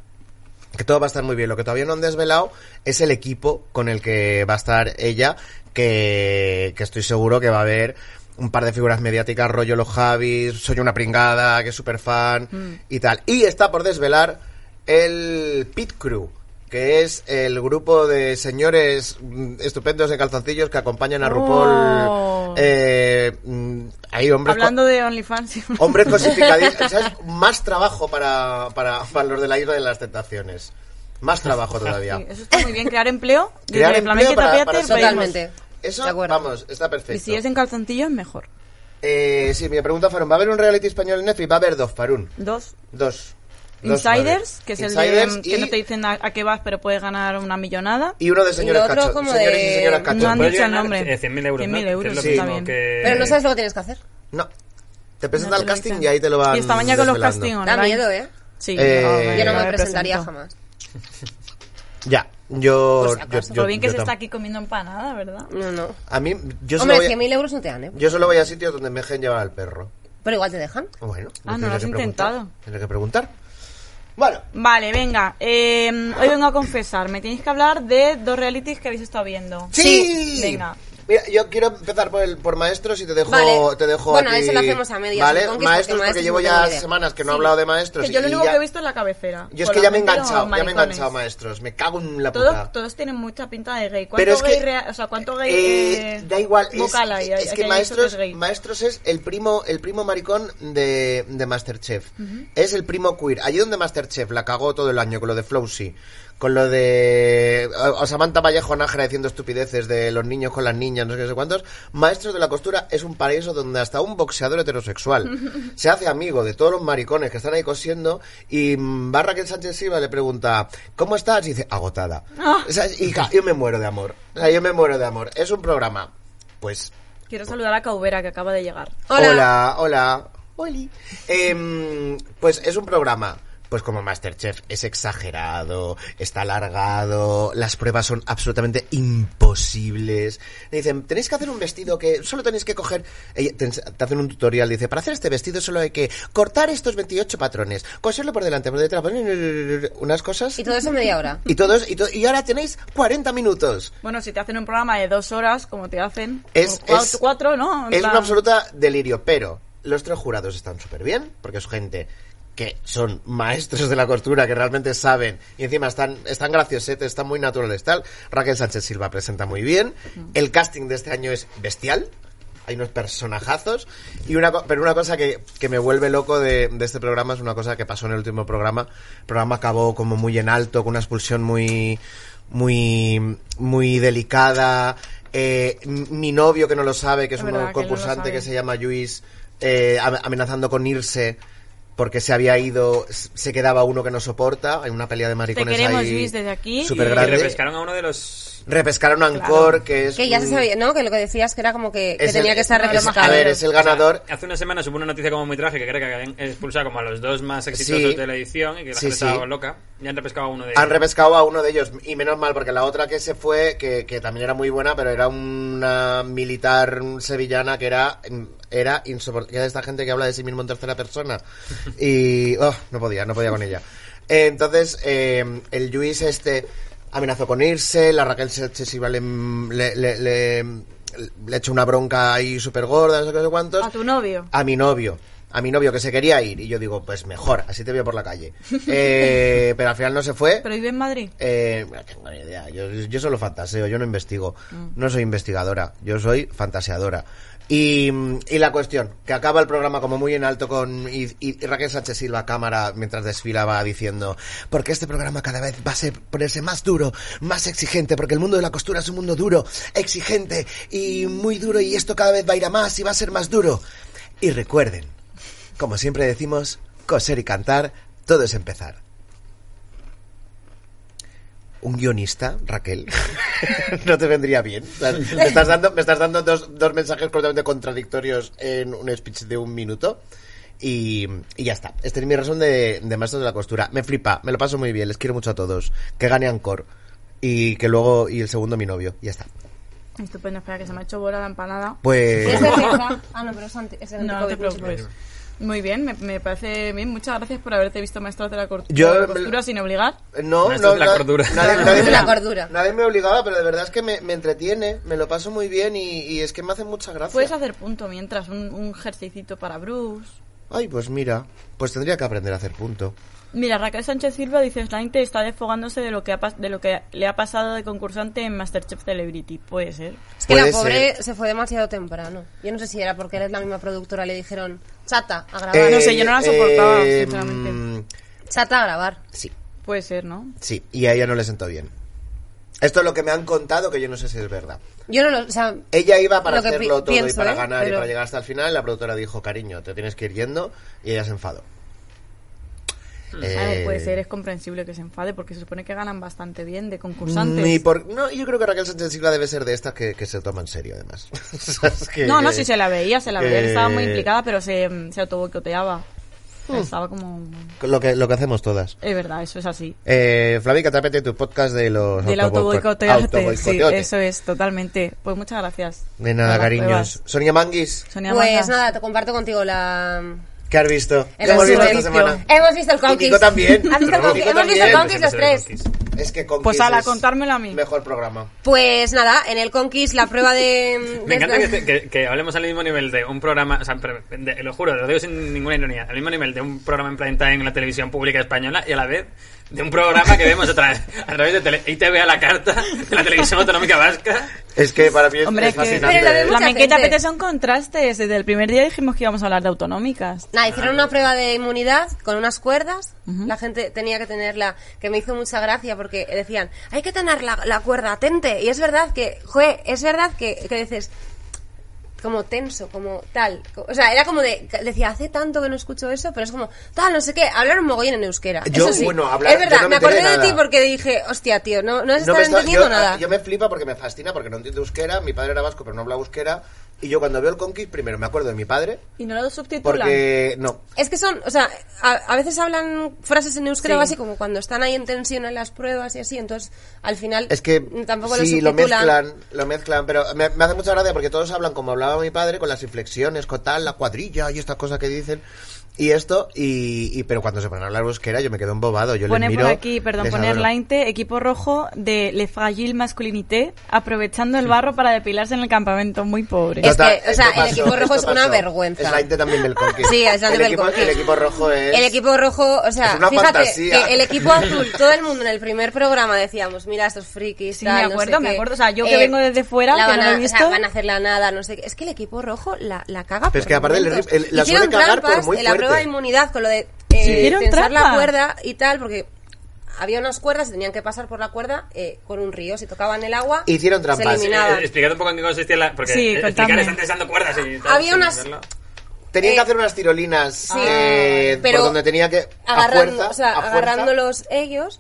que todo va a estar muy bien. Lo que todavía no han desvelado es el equipo con el que va a estar ella, que, que estoy seguro que va a haber un par de figuras mediáticas, rollo los Javis, soy una pringada, que es súper fan Mm. y tal. Y está por desvelar el Pit Crew, que es el grupo de señores mm, estupendos de calzoncillos que acompañan a RuPaul. Oh. eh, mm, hay hombres con- Hablando de OnlyFans. Hombres cosificadísimos. ¿Sabes? Más trabajo para, para, para los de la isla de las tentaciones. Más trabajo todavía. Sí, Eso está muy bien, crear empleo. Crear Desde Flamenca empleo y para- Tapiate, para- pedimos. Totalmente. Eso, De acuerdo. vamos, está perfecto. Y si es en calzoncillos, mejor. Eh, sí, me pregunta Farun, ¿va a haber un reality español en Netflix? Va a haber dos, Farun. Dos. Dos. Dos, va a haber. Insiders, que es el Insiders de, que y, no te dicen a, a qué vas, pero puedes ganar una millonada. y uno de señores otro cachos. como Señores y de- señoras no cachos. han Puedes dicho el ganar, nombre. eh, 100.000 euros. 100.000 ¿no? euros, Que es lo sí. mismo está bien. que- Pero Eh, no sabes lo que tienes que hacer. No. Te No presentas te al lo casting dicen. y ahí te lo van Y esta mañana con los desvelando. castings Da online. miedo, ¿eh? Sí, Eh, Yo no me me presentaría presento. jamás. Ya, yo... Por si acaso. yo- yo- Lo bien que yo se tam- está aquí comiendo empanada, ¿verdad? No, no. A mí, yo solo Hombre, voy a- 100.000 euros no te dan, ¿eh? yo solo voy a sitios donde me dejen llevar al perro. Pero igual te dejan. Bueno, Ah, no, tendré lo has que preguntar, intentado. Tendré que preguntar. Bueno, Vale, venga. eh, hoy vengo a confesar. Me tenéis que hablar de dos realities que habéis estado viendo. sí. Venga. Mira, yo quiero empezar por, el, por maestros y te dejo, Vale. te dejo Bueno, a ti- eso lo hacemos a medias, Vale, ¿no? Con que- maestros, porque porque maestros llevo no ya tengo idea. semanas que no he hablado de maestros. Que yo y- lo y único ya- que he visto es la cabecera. Yo es Con que la ya me he mente de los enganchado, ya me he maricones. enganchado, maestros. Me cago en la puta. Todos, todos tienen mucha pinta de gay. ¿Cuánto Pero es gay que- rea- o sea, cuánto gay Eh, eh, da igual es, vocal hay? es que hay maestros eso que es gay. maestros es el primo el primo maricón de, de Masterchef es el primo queer allí donde Masterchef la cagó todo el año con lo de Flowsy con lo de o o Samantha Vallejo Nájera diciendo estupideces de los niños con las niñas no sé qué no sé cuántos maestros de la costura es un paraíso donde hasta un boxeador heterosexual se hace amigo de todos los maricones que están ahí cosiendo y mm, va Raquel Sánchez Silva y le pregunta ¿cómo estás? y dice agotada O sea, y ca- yo me muero de amor O sea, yo me muero de amor es un programa pues Quiero saludar a Caubera que acaba de llegar. Hola. Hola, hola. Oli. Em, pues es un programa pues pues como Masterchef es exagerado, está alargado, las pruebas son absolutamente imposibles. Me dicen, tenéis que hacer un vestido que solo tenéis que coger, eh, te, te hacen un tutorial, dice, para hacer este vestido solo hay que cortar estos 28 patrones, coserlo por delante, por detrás, unas cosas. Y todo eso en media hora. Y todos, y, to- y ahora tenéis 40 minutos. Bueno, si te hacen un programa de dos horas, como te hacen, Es- como cua- es- cuatro, ¿no? En Es plan- un absoluto delirio, pero los tres jurados están súper bien, porque es gente que son maestros de la costura, que realmente saben, y encima están, están graciosetes, están muy naturales, tal. Raquel Sánchez Silva presenta muy bien. El casting de este año es bestial. Hay unos personajazos. Y una, co- pero una cosa que, que me vuelve loco de, de este programa es una cosa que pasó en el último programa. El programa acabó como muy en alto, con una expulsión muy, muy, muy delicada. Eh, m- mi novio, que no lo sabe, que es, Es un verdad, que él no lo concursante que sabe. se llama Luis, eh, am- amenazando con irse porque se había ido, s- se quedaba uno que no soporta. Hay una pelea de maricones queremos, ahí. Lluís, desde aquí. Súper Y grande. Repescaron. repescaron a uno de los. a Ancor, que es. Que ya se un- sabía, ¿no? Que lo que decías que era como que, que es el- tenía que estar es- refrescado. A ver, es el ganador. Hace una semana supo una noticia como muy trágica que creo que habían expulsado como a los dos más exitosos Sí. de la edición y que la Sí, gente sí. estaba loca. Y han repescado a uno de ellos. Han repescado a uno de ellos, y menos mal, porque la otra que se fue, que, que también era muy buena, pero era una militar sevillana que era, era insoportable. Esta gente que habla de sí mismo en tercera persona. Y oh, no podía, no podía con ella. Entonces, eh, el Luis este amenazó con irse, la Raquel Sánchez Silva le, le, le, le, le echó una bronca ahí súper gorda, no sé qué, no sé cuántos A tu novio. a mi novio. A mi novio que se quería ir. Y yo digo, pues mejor, así te veo por la calle. Eh, pero al final no se fue. Pero vive en Madrid. Eh, no tengo ni idea. Yo, yo solo fantaseo, yo no investigo. No soy investigadora, yo soy fantaseadora. Y, y la cuestión, que acaba el programa como muy en alto con y, y- y Raquel Sánchez Silva a cámara mientras desfilaba diciendo, porque este programa cada vez va a ser, ponerse más duro, más exigente, porque el mundo de la costura es un mundo duro, exigente y muy duro y esto cada vez va a ir a más y va a ser más duro. Y recuerden, como siempre decimos, coser y cantar, todo es empezar un guionista, Raquel, no te vendría bien. O sea, Me estás dando, me estás dando dos, dos mensajes completamente contradictorios en un speech de un minuto. Y, y ya está. Este es mi razón de, de maestros de la costura. Me flipa, me lo paso muy bien, les quiero mucho a todos. Que gane Ancor. Y que luego, y el segundo, mi novio. Ya está. Estupendo, espera, que se me ha hecho bola la empanada. Y Pues. es de cerveza. Ah, no, pero es anti- es No, no te anti-covid, no se puede. preocupes. Muy bien, me, me parece bien. Muchas gracias por haberte visto maestros de la cor- Yo- de la costura sin obligar. No, Maestros no, de la na- cordura. Nadie, nadie me, De la cordura. nadie me obligaba, pero de verdad es que me, me entretiene, me lo paso muy bien y, y es que me hace mucha gracia. Pues Puedes hacer punto mientras, un, un jerseycito para Bruce. Ay, pues mira, pues tendría que aprender a hacer punto. Mira, Raquel Sánchez Silva dice, Slainte está desfogándose de lo, que ha pas- de lo que le ha pasado de concursante en Masterchef Celebrity. Puede ser. Es que la Puede pobre ser. se fue demasiado temprano. Yo no sé si era porque eres la misma productora, le dijeron, chata, a grabar. Eh, Ah, no sé, yo no la soportaba, eh, sinceramente. mm, Chata, a grabar. Sí, Puede ser, ¿no? sí, y a ella no le sentó bien. Esto es lo que me han contado, que yo no sé si es verdad. Yo no lo, o sea, Ella iba para Lo que hacerlo pi- todo y pienso, para ¿eh? ganar y Pero- para llegar hasta el final. La productora dijo, cariño, te tienes que ir yendo. Y ella se enfadó. Hmm. A ver, pues, Eh, puede ser, es comprensible que se enfade porque se supone que ganan bastante bien de concursantes. Mm, ni por, no, yo creo que Raquel Sánchez Silva debe ser de estas que, que se toma en serio, además. O sea, es que- No, no, sí se la veía, se la veía, que estaba muy que- implicada, pero se, se autoboicoteaba. Estaba como... Lo que, lo que hacemos todas. Es verdad, eso es así. Eh, Flavica, tápete tu podcast de los Del autoboicote- autoboicotearte, sí, Pues autoboicoteote. eso es, totalmente. Pues muchas gracias. De por nada, las cariños. pruebas. Sonia Manguis, Sonia pues Manga. nada, te comparto contigo la... ¿qué has visto? ¿Qué el hemos visto esta resumen. semana? Eh, Hemos visto Y el Nico Conquist. también. ¿Has visto Nico el Conquist? Hemos visto el también. Conquist los tres. Es que Conquist Pues ala, es contármelo a mí. Mejor programa. Pues nada, en el Conquist la prueba de... Me de- encanta que, que- que hablemos al mismo nivel de un programa, o sea, pero, de- lo juro, lo digo sin ninguna ironía, al mismo nivel de un programa en prime time en la televisión pública española y a la vez de un programa que vemos otra vez a través de tele- ITV a la carta de la televisión autonómica vasca. Es que para mí es, Hombre, es que fascinante. Pero lo vemos- la Mucha menqueta gente. apetece son contrastes. Desde el primer día dijimos que íbamos a hablar de autonómicas. Nada, hicieron una prueba de inmunidad con unas cuerdas. La gente tenía que tenerla, que me hizo mucha gracia porque decían, hay que tener la, la cuerda tente. Y es verdad que, jue, es verdad que, que dices, como tenso, como tal. O sea, era como de, decía, hace tanto que no escucho eso, pero es como, tal, no sé qué, hablar un mogollón en euskera. Yo, eso sí. bueno, hablar- es yo verdad, no me me enteré acordé de de ti nada. porque dije, hostia, tío, no, no has No me estado está- entendiendo yo, nada. yo me flipa porque me fascina, porque no entiendo euskera. Mi padre era vasco, pero no habla euskera. Y yo cuando veo el Conquist, primero me acuerdo de mi padre, Y no lo subtitulan. porque no. Es que son, o sea, a, a veces hablan frases en euskera Sí. o así como cuando están ahí en tensión en las pruebas y así, entonces al final Es que tampoco sí, lo lo subtitulan. mezclan, lo mezclan, pero me, me hace mucha gracia porque todos hablan como hablaba mi padre, con las inflexiones, con tal, la cuadrilla y estas cosas que dicen y esto, y, y- pero cuando se ponen a hablar busquera yo me quedo embobado, yo Pone les por miro. aquí, perdón, les poner adoro. Lainte, equipo rojo de Le Fragile Masculinité, aprovechando el barro para depilarse en el campamento, muy pobre. Es- Total, que, o sea, esto el equipo rojo es esto una pasó. vergüenza. Es la Inte también del Conquist. Sí, es la el del equipo, Conquist. El equipo rojo es... El equipo rojo, o sea, Es una fíjate fantasía. que el equipo azul, todo el mundo en el primer programa decíamos, mira estos frikis, Sí, tal, me no sé acuerdo, me qué. Eh, acuerdo, o sea, yo que vengo desde fuera, la que van no lo a, he o sea, visto. van a hacer la nada, no sé qué. Es que el equipo rojo la, la caga. Pero es por que aparte le momentos. rip- el- la Hicieron suele cagar por trampas muy en la prueba de fuerte. inmunidad con lo de eh, Sí. Hicieron tensar la trampas. cuerda y tal, porque había unas cuerdas y tenían que pasar por la cuerda eh, con un río. Si tocaban el agua, Hicieron se trampas. eliminaban. Eh, explicad un poco en qué consistía la. Porque Sí, eh, explicar contadme. están tensando cuerdas y tal, Había sin unas- hacerlo. Tenían Eh, que hacer unas tirolinas eh, Sí, pero por donde tenía que a agarrando- fuerza, o sea, a fuerza. agarrándolos ellos.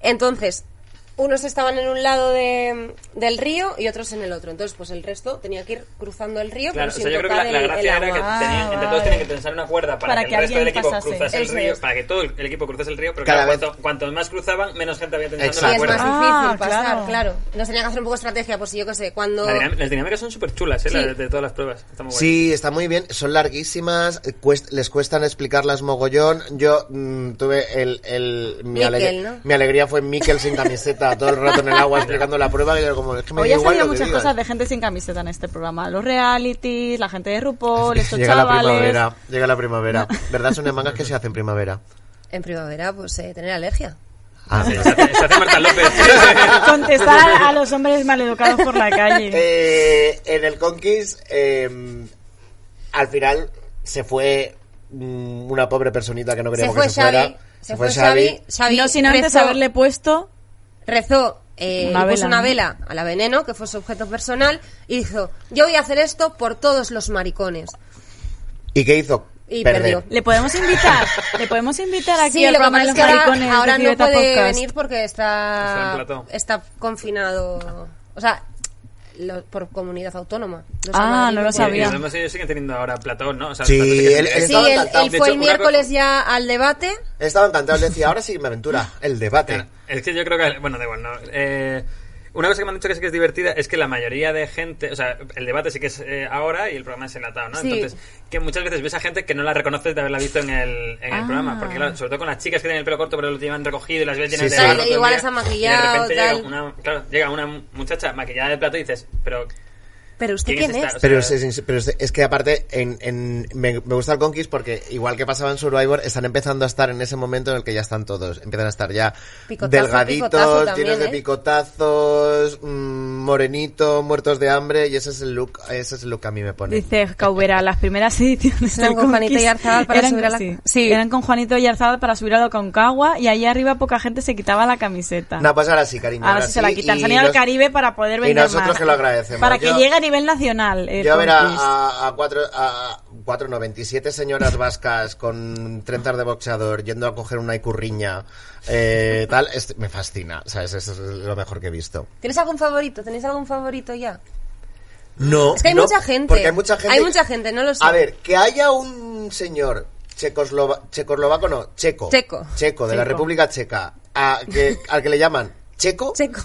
Entonces, unos estaban en un lado de- del río y otros en el otro. Entonces, pues el resto tenía que ir cruzando el río, Claro, o pero sin sea, yo creo que tocar la, la el, el gracia era que agua. tenían, Ah, entre vale. todos tenían que tensar una cuerda para, Para que, que el resto del alguien equipo pasase. cruzase el Eso río, es. para que todo el, el equipo cruzase el río, pero Cada claro, vez- cuanto, cuanto más cruzaban, menos gente había tensando Y la es Exacto. más cuerda. difícil Ah, pasar, claro. claro. Nos tenía que hacer un poco de estrategia, pues yo qué sé, cuando... La dinam- las dinámicas son súper chulas, ¿eh? Sí. Las de, de todas las pruebas. Está muy guay. Sí, está muy bien. Son larguísimas, eh, cuest- les cuestan explicarlas mogollón. Yo mm, tuve el... el- mi, Mikel, alegr- ¿no? mi alegría fue Mikel sin camiseta, todo el rato en el agua explicando la prueba. Y yo como, es que me Hoy da ha igual salido lo que muchas digas. cosas de gente sin camiseta en este programa. Los realities, la gente de RuPaul, estos Llega la chavales. primavera, llega la primavera. ¿Verdad? Son de mangas que se hacen primavera. En primavera, pues eh, tener alergia. Ah, Se hace, se hace Marta López. Contestar a, a los hombres maleducados por la calle. Eh, en el Conquist, eh, al final se fue mm, una pobre personita que no Se queríamos fue que se fuera. Xavi, se fue Xavi. Xavi no sin antes rezó- haberle puesto. rezó eh, Una y puso vela, una ¿no? vela a la veneno, que fue su objeto personal, y dijo, yo voy a hacer esto por todos los maricones. ¿Y qué hizo? Y Perder. perdió. Le podemos invitar. Le podemos invitar aquí Sí, al lo que programa pasa de es los que maricones. ahora, ahora de no Fibeta puede Podcast. venir porque Está en está, plató. está confinado, o sea, lo- por comunidad autónoma. Los Ah, Madrid no lo pueden- Y- y sabía. los demás ellos siguen teniendo ahora Platón, ¿no? O sea, Sí, Platón que- él- él Sí, Estaba él, encantado. él De fue hecho, el una miércoles co- ya al debate. Estaba encantado, le decía, ahora sí me aventura, el debate. Es que yo creo que. Bueno, da igual, no. Eh, una cosa que me han dicho que sí que es divertida es que la mayoría de gente. O sea, el debate sí que es eh, ahora y el programa es enlatado, ¿no? Sí. Entonces, que muchas veces ves a gente que no la reconoces de haberla visto en el, en el Ah. programa. Porque, claro, sobre todo con las chicas que tienen el pelo corto pero lo llevan recogido y las ves Sí, llenas sí. de. Claro, barro todo el igual día, está y maquillado, de repente llega tal. una, claro, llega una muchacha maquillada de plato y dices, pero. Pero usted ¿Quién, quién, es es? esta? O Pero es, sea, es- pero es- es que aparte en, en- me, me gusta el Conquist porque igual que pasaba en Survivor, están empezando a estar en ese momento en el que ya están todos. Empiezan a estar ya Picotazo, delgaditos, picotazo también, llenos de ¿eh? picotazos, mm, morenito, muertos de hambre y ese es el look, ese es el look que a mí me pone. Dice Caubera, las primeras ediciones Eran del con Juanito Conquist Yarzabal para eran, subir a la- sí, sí. eran con Juanito y Arzabal para subir a la Concagua y ahí arriba poca gente se quitaba la camiseta. No, pues ahora sí, cariño. Ahora sí se la quitan. y Se han ido al nos- Caribe para poder y vender nosotros más. que lo agradecemos. Para que Yo- llegue a nivel nacional. Eh, el Yo a ver a, Conquist. a, a cuatro, a 497 señoras vascas con trenzas de boxeador yendo a coger una icurriña, eh, tal, es- me fascina, ¿sabes? Eso es lo mejor que he visto. ¿Tienes algún favorito? ¿Tenéis algún favorito ya? No, Es que hay no, mucha gente. Porque hay mucha gente. Hay mucha gente, no lo sé. A ver, que haya un señor checoslova, checoslovaco, no, checo. Checo. Checo, de la Checo. República Checa, a que, al que le llaman checo. Checo.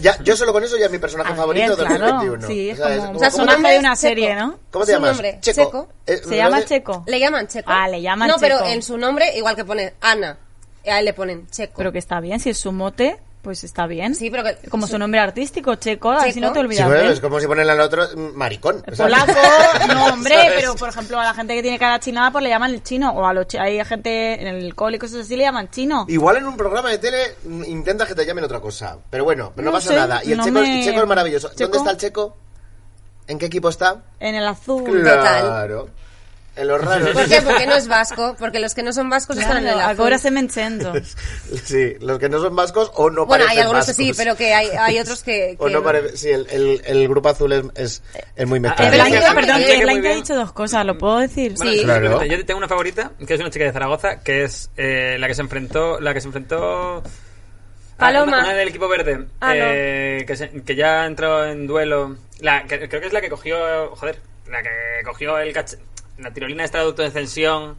Ya, yo solo con eso ya es mi personaje A ver, favorito de Ah, claro. 2021. Sí, es ¿sabes? como- Como- O sea, ¿cómo, son- te, nombre es de una serie, ¿no? cómo te Su llamas? nombre, Checo. Checo. Eh, Se me llama parece- Checo. Le llaman Checo. Ah, le llaman No, pero Checo. en su nombre, igual que pone Ana, a él le ponen Checo. Pero que está bien, si es su mote, pues está bien. Sí, pero que- Como su nombre artístico, checo, así Checo. no te Sí, olvidas. bueno, de él. es como si ponen al otro mm, maricón. o sea, Polaco, no hombre, ¿sabes? pero por ejemplo a la gente que tiene cara chinada pues le llaman el chino o a los chi- hay gente en el cole y cosas así le llaman chino. Igual en un programa de tele mm, intentas que te llamen otra cosa. Pero bueno, pero no, No pasa sé, nada. Y el no checo, me- checo es maravilloso. Checo. ¿Dónde está el checo? ¿En qué equipo está? En el azul. Claro. En los raros. ¿Por qué? Porque no es vasco, porque los que no son vascos Claro, están en el azul. ahora se me encendo. Sí, los que no son vascos o no Bueno, hay parecen algunos que vascos. sí, pero que hay, hay otros que... O que no parece... Sí, el, el, el grupo azul es, es, es muy Ah, mezclado. El pero Blanca- sí, sí, perdón, sí, que sí, muy Blanca ha bien. dicho dos cosas, ¿lo puedo decir? Bueno, Sí. simplemente, Claro. Yo tengo una favorita, que es una chica de Zaragoza, que es eh, la que se enfrentó. La que se enfrentó. a Paloma. Una, una del equipo verde. Ah, no. eh, que, se- que ya entró en duelo. La, que- creo que es la que cogió. Joder. la que cogió el cach- la tirolina esta de autodefensión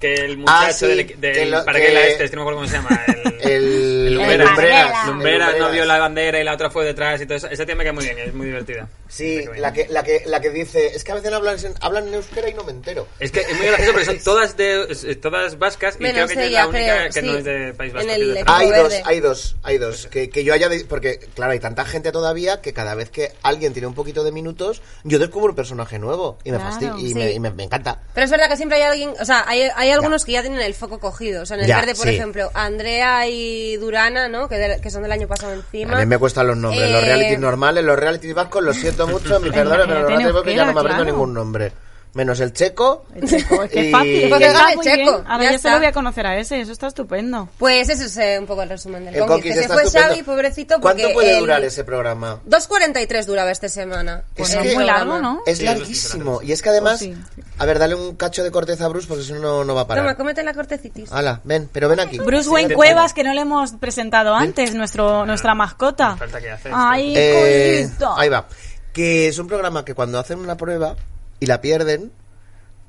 que el muchacho Ah, sí, del, equi- del que lo- paraquelas que- este, es que no me acuerdo cómo se llama, el, El, Lumbera, Lumbreras. El Lumbera no Lumbreras. vio la bandera y la otra fue detrás y todo eso. Esa tía me cae muy bien, es muy divertida. Me Sí, cae muy la bien. que, la, que, la que dice, es que a veces hablan, en- hablan en euskera y no me entero. Es que es muy gracioso, pero son todas de es- es todas vascas y Menos creo que ella es ella, la única creo, que no sí. es de País En Vasco. Ah, el que es de equipo. Francia. Hay dos, verde. hay dos, hay dos. Que, que yo haya. de- porque, claro, hay tanta gente todavía que cada vez que alguien tiene un poquito de minutos, yo descubro un personaje nuevo y me Claro, fastidio y, sí. me, y me- me encanta. Pero es verdad que siempre hay alguien, o sea, hay, hay algunos que ya tienen el foco cogido. O sea, en el Ya, verde, por sí. ejemplo, Andrea y Durana, ¿no? Que, de- que son del año pasado encima. A mí me cuestan los nombres, los Eh, realities normales, los realities vascos, lo siento mucho, mi perdón, pero los tiene realities vascos ya no me euskera, claro. aprendo ningún nombre. Menos el checo. El checo, es que y- es fácil. Porque que gana está el muy checo, bien. Ahora ya ya, se está. lo voy a conocer a ese, eso está estupendo. Pues eso es eh, un poco el resumen del el Conquist. Conquist Se está Pues fue estupendo. Xavi, pobrecito, porque... ¿Cuánto puede el- durar ese programa? 2.43 duraba esta semana. Es el que- muy programa. largo, ¿no? Es Sí, es larguísimo. Y es que además. Pues A ver, dale un cacho de corteza a Bruce porque si no, no, no va a Toma, parar. cómete la cortecitis. Hala, ven, pero ven aquí. Bruce Wayne Cuevas, que no le hemos presentado antes, nuestro, nuestra mascota. Ah. Falta que haces, Ay, Eh, colito. ahí va. Que es un programa que cuando hacen una prueba y la pierden,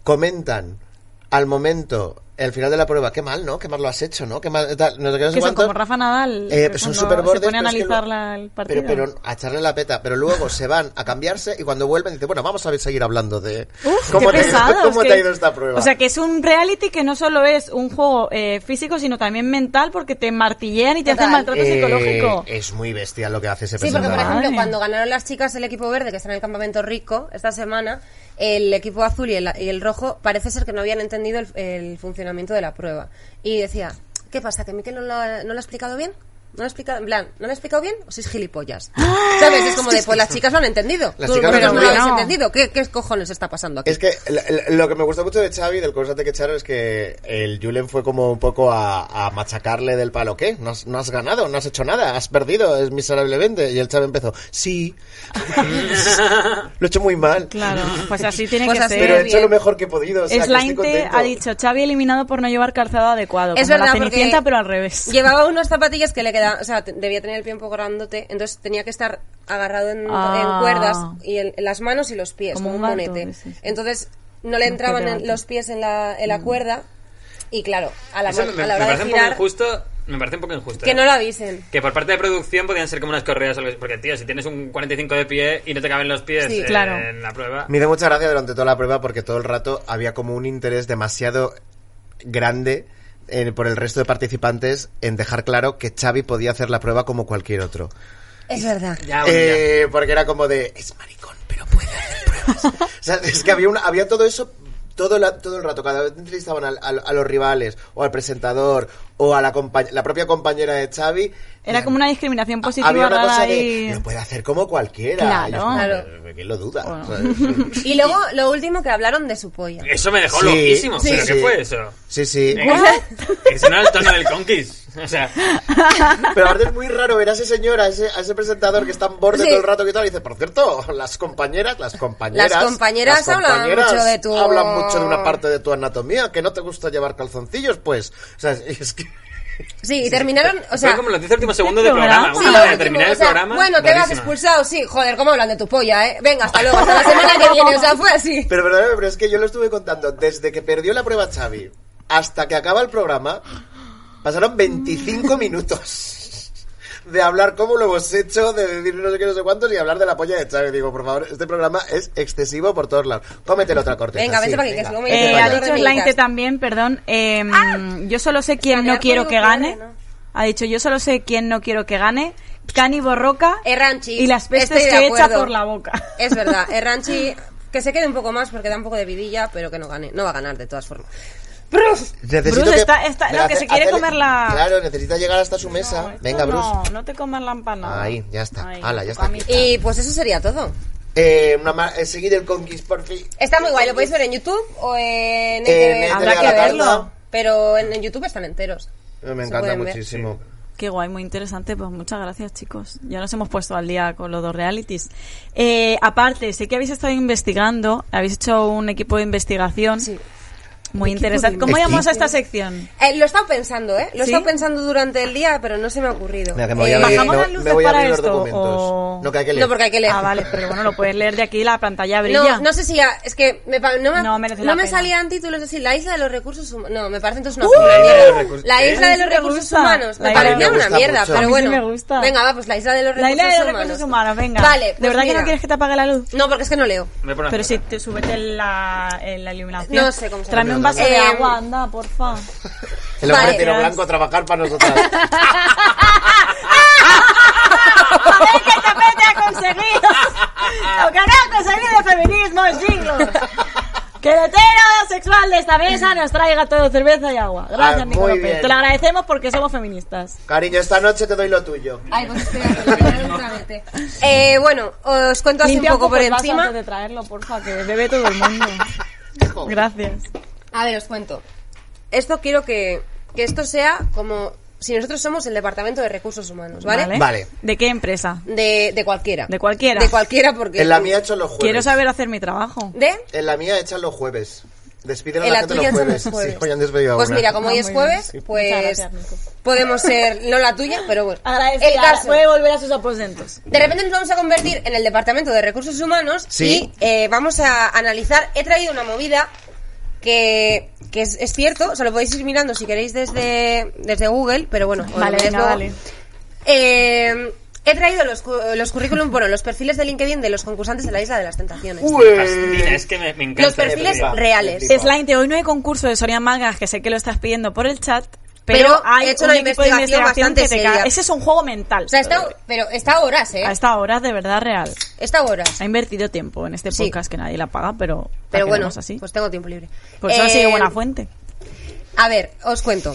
comentan al momento, al final de la prueba, qué mal, ¿no? Qué mal lo has hecho, ¿no? Qué mal, tal, no sé qué, no sé Que son cuánto. como Rafa Nadal. Eh, que son cuando super bordes, Se pone a pero es que analizar lo- la- el partido. pero, pero a echarle la peta, pero luego se van a cambiarse y cuando vuelven dicen, bueno, vamos a seguir hablando de Uf, cómo, qué te, ha ido- pesado, cómo es te que- ha ido esta prueba. O sea, que es un reality que no solo es un juego eh, físico, sino también mental, porque te martillean y te Total. hacen maltrato Eh, psicológico. Es muy bestia lo que hace ese Sí, porque por presentador. ejemplo, Vale. cuando ganaron las chicas el equipo verde, que está en el campamento rico esta semana, el equipo azul y el, y el rojo parece ser que no habían entendido el, el funcionamiento de la prueba. Y decía, ¿qué pasa? ¿Que Miquel no lo ha, no lo ha explicado bien? ¿No lo ha explicado, en plan, ¿no lo ha explicado bien o sois gilipollas? Ah, ¿Sabes? Es como de, pues las chicas lo han entendido. Las Tú, chicas lo pero han no lo habéis entendido. entendido. ¿Qué, qué cojones está pasando aquí? Es que la- la- lo que me gustó mucho de Xavi, del constante que echaron, es que el Julen fue como un poco a, a machacarle del palo. ¿Qué? No has, no has ganado, no has hecho nada, has perdido, es miserablemente. Y el Xavi empezó, sí, lo he hecho muy mal, Claro, pues así tiene Pues que así, ser. eh, pero he hecho bien. lo mejor que he podido. O sea, que estoy Slainte contento. ha dicho, Xavi eliminado por no llevar calzado adecuado. Es como verdad, la Cenicienta, porque pero al revés. Llevaba unas zapatillas que le quedaban, o sea, te- debía tener el pie un poco grandote, entonces tenía que estar agarrado en, Ah. en cuerdas y en, en las manos y los pies, como, Como un un gato, monete. sí, sí. Entonces no le No Mm. entraban quedaba. en- los pies en la, en la cuerda y claro, a la, Eso ma- me, a la me hora parece de un poco girar, injusto. Me parece un poco injusto. que ¿eh? no lo avisen. Que por parte de producción podían ser como unas correas. o algo así, Porque, tío, si tienes un 45 de pie y no te caben los pies Sí, eh, claro. en la prueba. Me hizo mucha gracia durante toda la prueba porque todo el rato había como un interés demasiado grande eh, por el resto de participantes en dejar claro que Xavi podía hacer la prueba como cualquier otro. Es verdad. Ah, Ya, bueno, ya. Eh, porque era como de es maricón, pero puede hacer pruebas. o sea, es que había una, había todo eso todo, la- todo el rato, cada vez entrevistaban al- al- a, los rivales, o al presentador, o a la, compa- la propia compañera de Xavi. Era como una discriminación positiva. Había una rara cosa ahí. de, lo puede hacer como cualquiera. Claro. Y yo, como, Claro. ¿Quién lo duda? Bueno. ¿Sabes? Y luego lo último que hablaron de su polla. Eso me dejó Sí, loquísimo. sí, ¿Pero sí. qué fue eso? Sí, sí. Eh, Eso no era el tono del Conquist. O sea, Pero aparte es muy raro ver a ese señor, a ese, a ese presentador que está en borde Sí. todo el rato que tal. Y dice, por cierto, las compañeras, las compañeras. Las compañeras hablan mucho de tu- Hablan mucho de una parte de tu anatomía, que no te gusta llevar calzoncillos, pues. O sea, es que. Sí, y terminaron, o sea... fue como los 10 últimos segundos del programa. programa. Sí, Una lo manera de último, terminar o el sea, programa. bueno, te vas rarísima. expulsado, sí, joder, cómo hablan de tu polla, eh. Venga, hasta luego, hasta la semana que viene, o sea, fue así. Pero verdaderamente, pero es que yo lo estuve contando. Desde que perdió la prueba Xavi hasta que acaba el programa, pasaron 25 minutos. De hablar cómo lo hemos hecho, de decir no sé qué, no sé cuántos y hablar de la polla de Xavi. Digo, por favor, este programa es excesivo por todos lados. Cómetelo otra corteza. Venga, vente sí, para aquí, que venga. si no me- Eh, Vete ha para allá. dicho Slainte también, perdón. eh, Ah. yo solo sé quién no Escanear quiero que código gane. QR, ¿no? Ha dicho, yo solo sé quién no quiero que gane. Cani Borroca Erranchi. y las pestes Estoy de que echa acuerdo. por la boca. Es verdad, Erranchi que se quede un poco más porque da un poco de vidilla, pero que no gane. No va a ganar de todas formas. ¡Bruf! Necesito Bruce que, está- está- no, Venga, que hace- se quiere hacele- comer la- Claro, necesita llegar hasta su No, mesa. esto Venga, Bruce. No, no te comas la empanada. Ahí, ya está. Ahí, Hala, ya está aquí. camita. Y pues eso sería todo. Eh, una ma- eh, seguid el Conquist, por fin. Está muy guay, lo podéis ver en YouTube o en Eh, NTV. en Habrá NTV a que la verlo. tarde. Pero en, en YouTube están enteros. Eh, Me Se encanta pueden ver. muchísimo. Qué guay, muy interesante. Pues muchas gracias, chicos. Ya nos hemos puesto al día con los dos realities. Eh, aparte, sé que habéis estado investigando, habéis hecho un equipo de investigación. Sí. Muy Equipo interesante. de ¿Cómo investigación. llamamos a esta sección? Eh, lo he estado pensando, ¿eh? Lo he ¿Sí? estado pensando durante el día, pero no se me ha ocurrido. Mira, que me voy a Eh, abrir, ¿bajamos me- las luces me voy a para abrir los esto, documentos. o- No, que hay que leer. No, porque hay que leer. Ah, vale, pero bueno, lo puedes leer de aquí, la pantalla brilla. No, no sé si ya, es que me, pa- no me, No, merece no la me pena. salían títulos así, la isla de los recursos humanos. No, me parece entonces una La isla de mierda. los recursos- La ¿eh? isla de A mí los sí me recursos gusta. humanos. La Me isla- parecía A mí me una gusta mierda, mucho. A pero mí sí bueno. me gusta. Venga, va, pues la isla de los La recursos isla de los humanos. recursos humanos, venga. Vale, ¿De pues verdad que mira. no quieres que te apague la luz? No, porque es que no leo. Me pone Pero una si cosa. te súbete la, en la iluminación. No sé cómo se Tráeme llama. un vaso de Eh, agua, anda, porfa. El hombre Vale. tiro blanco a trabajar para nosotras. ¡Joder, que te mete a conseguir! Lo que no ha conseguido el feminismo en siglos. Que el hetero sexual de esta mesa nos traiga todo cerveza y agua. Gracias, Ah, muy Nico López. bien. Te lo agradecemos porque somos feministas. Cariño, esta noche te doy lo tuyo. Ay, pues espérate, eh, Bueno, os cuento así un Limpia poco por el vaso encima. antes de traerlo, porfa, que bebe todo el mundo. Gracias. A ver, os cuento. Esto quiero que, que esto sea como si nosotros somos el Departamento de Recursos Humanos, ¿vale? Pues Vale. ¿De qué empresa? De, de cualquiera. De cualquiera. De cualquiera porque... En la mía echan los jueves. Quiero saber hacer mi trabajo. ¿De? En la mía echan los jueves. Despiden a En la, la gente tuya los echan jueves. los jueves. Sí, hoy han despedido a Pues una. mira, como Ah, hoy es muy jueves, bien. Muchas pues gracias, Nico. podemos ser, no la tuya, pero bueno. Agradecida. El caso. Puede volver a sus aposentos. De repente nos vamos a convertir en el Departamento de Recursos Humanos Sí. y eh, vamos a analizar. He traído una movida que, que es, es cierto, o sea, lo podéis ir mirando si queréis desde, desde Google, pero bueno, os lo Vale, miráis venga, luego. vale. Eh, he traído los, cu- los currículum, bueno, los perfiles de LinkedIn de los concursantes de la Isla de las Pues Tentaciones. Fascina, Pues es que me, me encanta. los eh, perfiles este tío. reales. Flipa. Slainte, hoy no hay concurso de Soria Malgas, que sé que lo estás pidiendo por el chat, pero, Pero hay he hecho un una equipo de investigación investigación bastante que te caga. seria. Ese es un juego mental. O sea, está, pero está horas, ¿eh? A esta hora, de verdad, real. Está horas. Ha invertido tiempo en este Sí. podcast Ah, que nadie la paga, pero, la Pero bueno, queremos así. pues tengo tiempo libre. Por eso ha sido Eh, buena fuente. A ver, os cuento.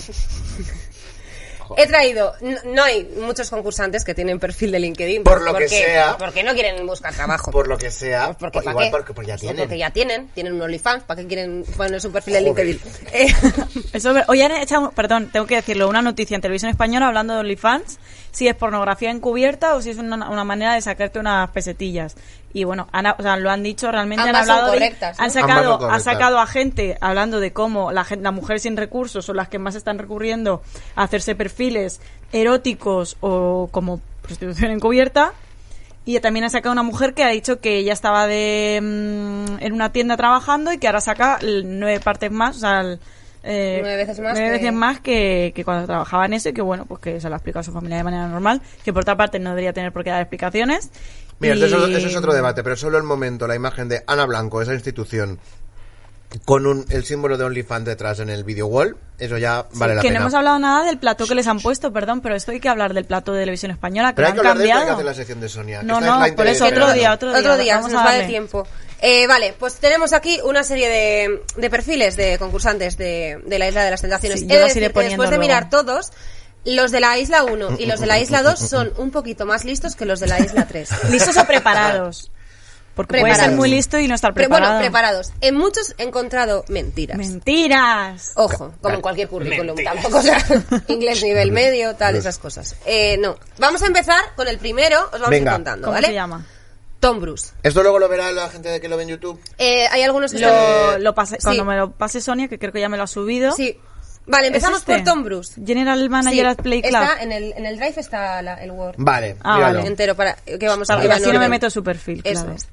He traído, no, no hay muchos concursantes que tienen perfil de LinkedIn. Por lo que porque- sea. Porque no quieren buscar trabajo. Por lo que sea. Pues porque, ¿pa' igual qué? porque pues ya Pues tienen. Porque ya tienen, tienen un OnlyFans, ¿para qué quieren poner su perfil de Joder. LinkedIn? Eh, Eso, es ver- hoy han echado, perdón, tengo que decirlo, una noticia en televisión española hablando de OnlyFans, si es pornografía encubierta o si es una, una manera de sacarte unas pesetillas. Y bueno, han- o sea, lo han dicho realmente, Ambas han son hablado de- correctas, ¿no? han Ambas son sacado, ha correctas. sacado a gente hablando de cómo la, gen- la mujer sin recursos son las que más están recurriendo a hacerse perfiles eróticos o como prostitución encubierta. Y también ha sacado una mujer que ha dicho que ella estaba de, mm, en una tienda trabajando y que ahora saca l- nueve partes más, o sea, el, eh, Nueve veces más nueve que- veces más que, que cuando trabajaba en eso y que bueno, pues que se lo ha explicado a su familia de manera normal, que por otra parte no debería tener por qué dar explicaciones. Mira, Y- eso, eso es otro debate, pero solo el momento, la imagen de Ana Blanco, esa institución, con un, el símbolo de OnlyFans detrás en el video wall, eso ya vale la que pena. no hemos hablado nada del plato que les han puesto, perdón, pero esto hay que hablar del plato de televisión española, que pero hay lo que han hablar de esto, hay que cambiado. hacer la sección de Sonia. que No, esta no, es la por eso interés, otro pero- día, otro día. se vamos nos a va de darle. tiempo. Eh, vale, pues tenemos aquí una serie de, de perfiles de concursantes de, de la Isla de las Tentaciones. Sí, He yo de las iré decir que poniendo después de luego. mirar todos, los de la Isla 1 y los de la Isla 2 son un poquito más listos que los de la Isla 3. ¿Listos o preparados? Porque puede ser Preparados. muy listo y no estar Pre- preparado. bueno, preparados. En muchos he encontrado mentiras. Mentiras. Ojo, como en cualquier currículum, tampoco, o sea, inglés nivel medio, tal, esas cosas. Eh, no, vamos a empezar con el primero, os vamos Venga. a ir contando, ¿Cómo ¿vale? se llama? Tom Bruce. Esto luego lo verá la gente de que lo ve en YouTube. Eh, hay algunos que están- Lo, lo pasé- Sí. Cuando me lo pase Sonia, que creo que ya me lo ha subido. Sí. ¿Es Vale, empezamos este? por Tom Bruce. General Manager Sí, at Play Club. está en el, en el drive está la- el Word Vale, Ah, míralo. vale. entero para que vamos a Para ir que en así no me orden. meto su eh. perfil, Eso claro. es.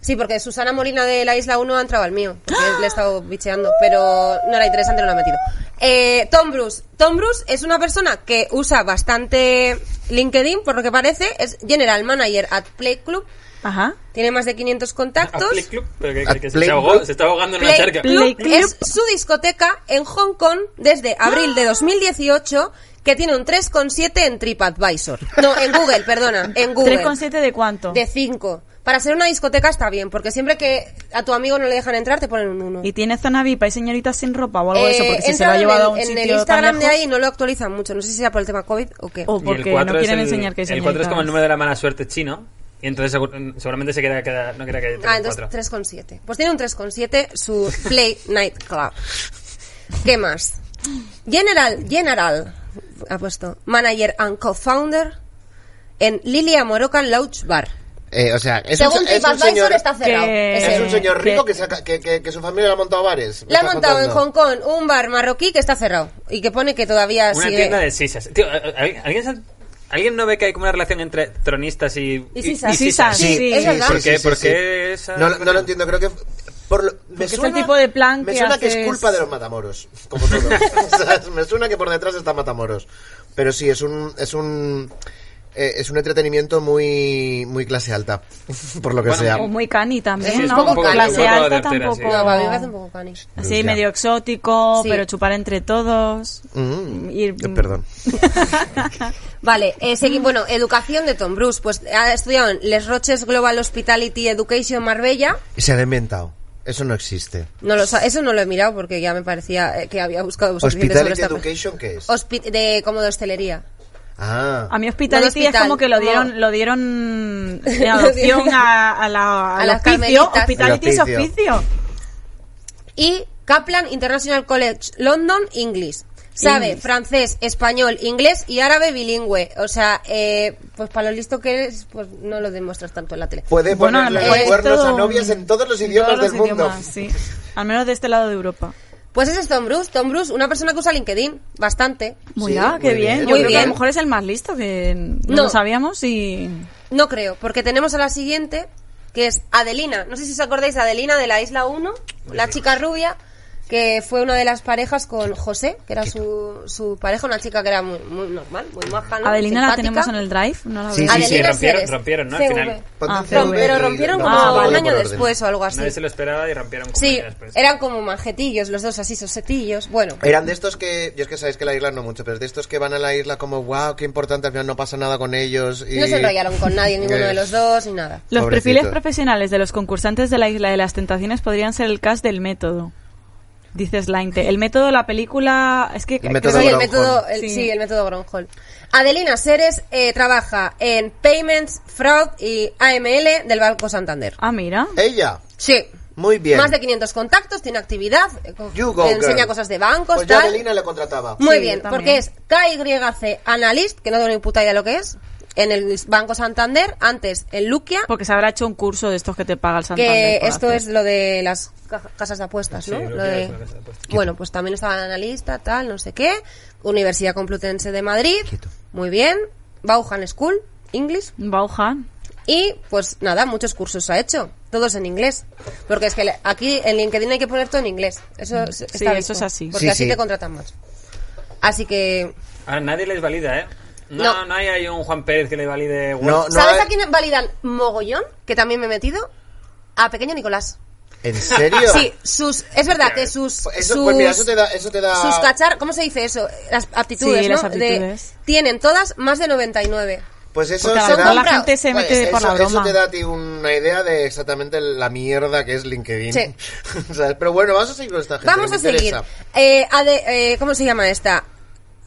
Sí, porque Susana Molina de la Isla 1 ha entrado al mío. porque le he estado bicheando, pero no era interesante, no lo ha metido. Eh, Tom Bruce. Tom Bruce es una persona que usa bastante LinkedIn, por lo que parece. Es General Manager at Play Club. Ajá. Tiene más de 500 A contactos. Play Club, pero que, A que- que Play se, ahogó, Club. se está ahogando en una Play charca. Play Club Club. es su discoteca en Hong Kong desde abril de 2018 que tiene un 3,7 en TripAdvisor. No, en Google, perdona, en Google. 3,7 de cuánto? De 5. Para ser una discoteca está bien, porque siempre que a tu amigo no le dejan entrar te ponen un 1. Y tiene zona VIP, hay señoritas sin ropa o algo de eso, Eh, porque si se entra lo ha llevado en, a un el- en sitio el tan Instagram de lejos- ahí no lo actualizan mucho, no sé si sea por el tema COVID o qué. O Y porque no cuatro es quieren el- enseñar que hay El 4 es como señoritas. el número de la mala suerte chino. Y entonces segur- seguramente se queda, queda- no queda que haya Ah, tenido entonces cuatro. 3,7. Pues tiene un 3,7 su Play Night Club. ¿Qué más? General, General, ha puesto Manager and Co-Founder en Lilia Moroca Lounge Bar. Eh, o sea, es un, Según se- es un TripAdvisor señor, está cerrado. que- Ese. es un señor que- rico que, saca- que, que- que su familia le ha montado bares. me Le ha estás montado en contando. Hong Kong un bar marroquí que está cerrado y que pone que todavía Una sigue. tienda de sisas. Tío, ¿al- ¿alguien, se- ¿alguien no ve que hay como una relación entre tronistas y, Y sisas. Sisas, sí. Es verdad. ¿Por qué- por qué esa No, lo- no relación? lo entiendo, creo que... Por lo- me es el tipo de plan me que suena que es haces- culpa de los matamoros, como todo. O sea, me suena que por detrás está matamoros. Pero sí, es un... Es un eh, es un entretenimiento muy muy clase alta, por lo que Bueno, sea. O muy cani también, Sí, sí, es ¿no? un poco clase un cani, poco alta adultera, tampoco. sí. No, a mí me parece un poco cani. Así, Ya. medio exótico, Sí. pero chupar entre todos. Mm, Ir- eh, Perdón. Vale, eh, segui- bueno, educación de Tom Bruce. Pues ha estudiado en Les Roches Global Hospitality Education Marbella. Se ha inventado. Eso no existe. No lo, sa- eso no lo he mirado porque ya me parecía eh, que había buscado suficiente sobre Hospitality esta- Education, ¿qué es? Hospi- de como de hostelería. Ah. A mí hospitality No, hospital, es como que lo dieron, no. lo dieron en adopción a, a la, A al las hospicio. carmelitas. Hospitality El es hospicio. hospicio. Y Kaplan International College London English. Sabe English. francés, español, inglés y árabe bilingüe. O sea, eh, pues para lo listo que eres, pues no lo demuestras tanto en la tele. Puede Bueno, a lo ponerle mejor es cuernos a todo un- novias en todos los idiomas Todos los del mundo. idiomas, sí. Al menos de este lado de Europa. Pues ese es Tom Bruce. Tom Bruce, una persona que usa LinkedIn bastante. Mira, qué bien. muy bien. Yo Muy creo que a bien. lo mejor es el más listo que no, No. lo sabíamos y. No creo, porque tenemos a la siguiente, que es Adelina. No sé si os acordáis de Adelina de la Isla 1, la chica rubia, que fue una de las parejas con José, que era su, su pareja, una chica que era muy, muy normal, muy maja. Ah, ¿no? Adelina la Simpática. tenemos en el drive, no la Sí, veo. Adelina sí, rompieron- Ceres, rompieron, ¿no? Al CV. final. Ponte Ah, un Rom- CV pero y- rompieron no, como vamos Ah, a vale. un ponerlo año por orden. después o algo así. Nadie se lo esperaba y rompieron como Sí, un año después. eran como manjetillos, los dos así sosetillos. Bueno, pues Eran de estos que, yo es que sabéis que la isla no mucho, pero es de estos que van a la isla como, wow, qué importante, al final no pasa nada con ellos. Eh, Y... no se enrollaron con nadie, ninguno Eh, de los dos, ni nada. Los Pobrecito. perfiles profesionales de los concursantes de la Isla de las Tentaciones podrían ser el cast del método. Dice Slainte. El método, la película. Es que. El método Sí, el Gronholm. método, el- Sí. sí, el método Gronholm. Adelina Seres eh, trabaja en Payments, Fraud y AML del Banco Santander. Ah, mira. Ella, Sí. muy bien. Más de 500 contactos, tiene actividad, eh, co- You go, te enseña girl. cosas de bancos, Pues yo a tal. Adelina la contrataba. Muy Sí, bien, yo porque también. es KYC Analyst, que no tengo ni puta idea lo que es, en el Banco Santander, antes en Luquia, Porque se habrá hecho un curso de estos que te paga el Santander. que por esto hacer. es lo de las ca- casas de apuestas, ¿no? Sí, lo Lo que de- es una casa de apuestas. Bueno, pues también estaba analista, tal, no sé qué. Universidad Complutense de Madrid. Muy bien. Bauhan School, English. Bauhan. Y pues nada, muchos cursos ha hecho. Todos en inglés. Porque es que le- aquí en LinkedIn hay que poner todo en inglés. Eso es- está eso visto, es así. Porque Sí, así sí. te contratan más. Así que. Ahora nadie les valida, ¿eh? No, No. no, hay ahí un Juan Pérez que le valide. No, no ¿Sabes hay- a quién validan mogollón? Que también me he metido. A pequeño Nicolás. ¿En serio? Sí, sus. Es verdad que sus. Eso, sus Pues mira, eso te da... Eso te da... Sus cachar, ¿cómo se dice eso? Las aptitudes, Sí, las ¿no? aptitudes. De- tienen todas más de 99. Pues eso Porque a te lo da- mejor la comprado. gente se Pues mete por eso, la broma. Eso te da a ti una idea de exactamente la mierda que es LinkedIn. Sí. O sea, Pero bueno, vamos a seguir con esta gente. Vamos me a seguir. interesa. Eh, Ade- eh, ¿Cómo se llama esta?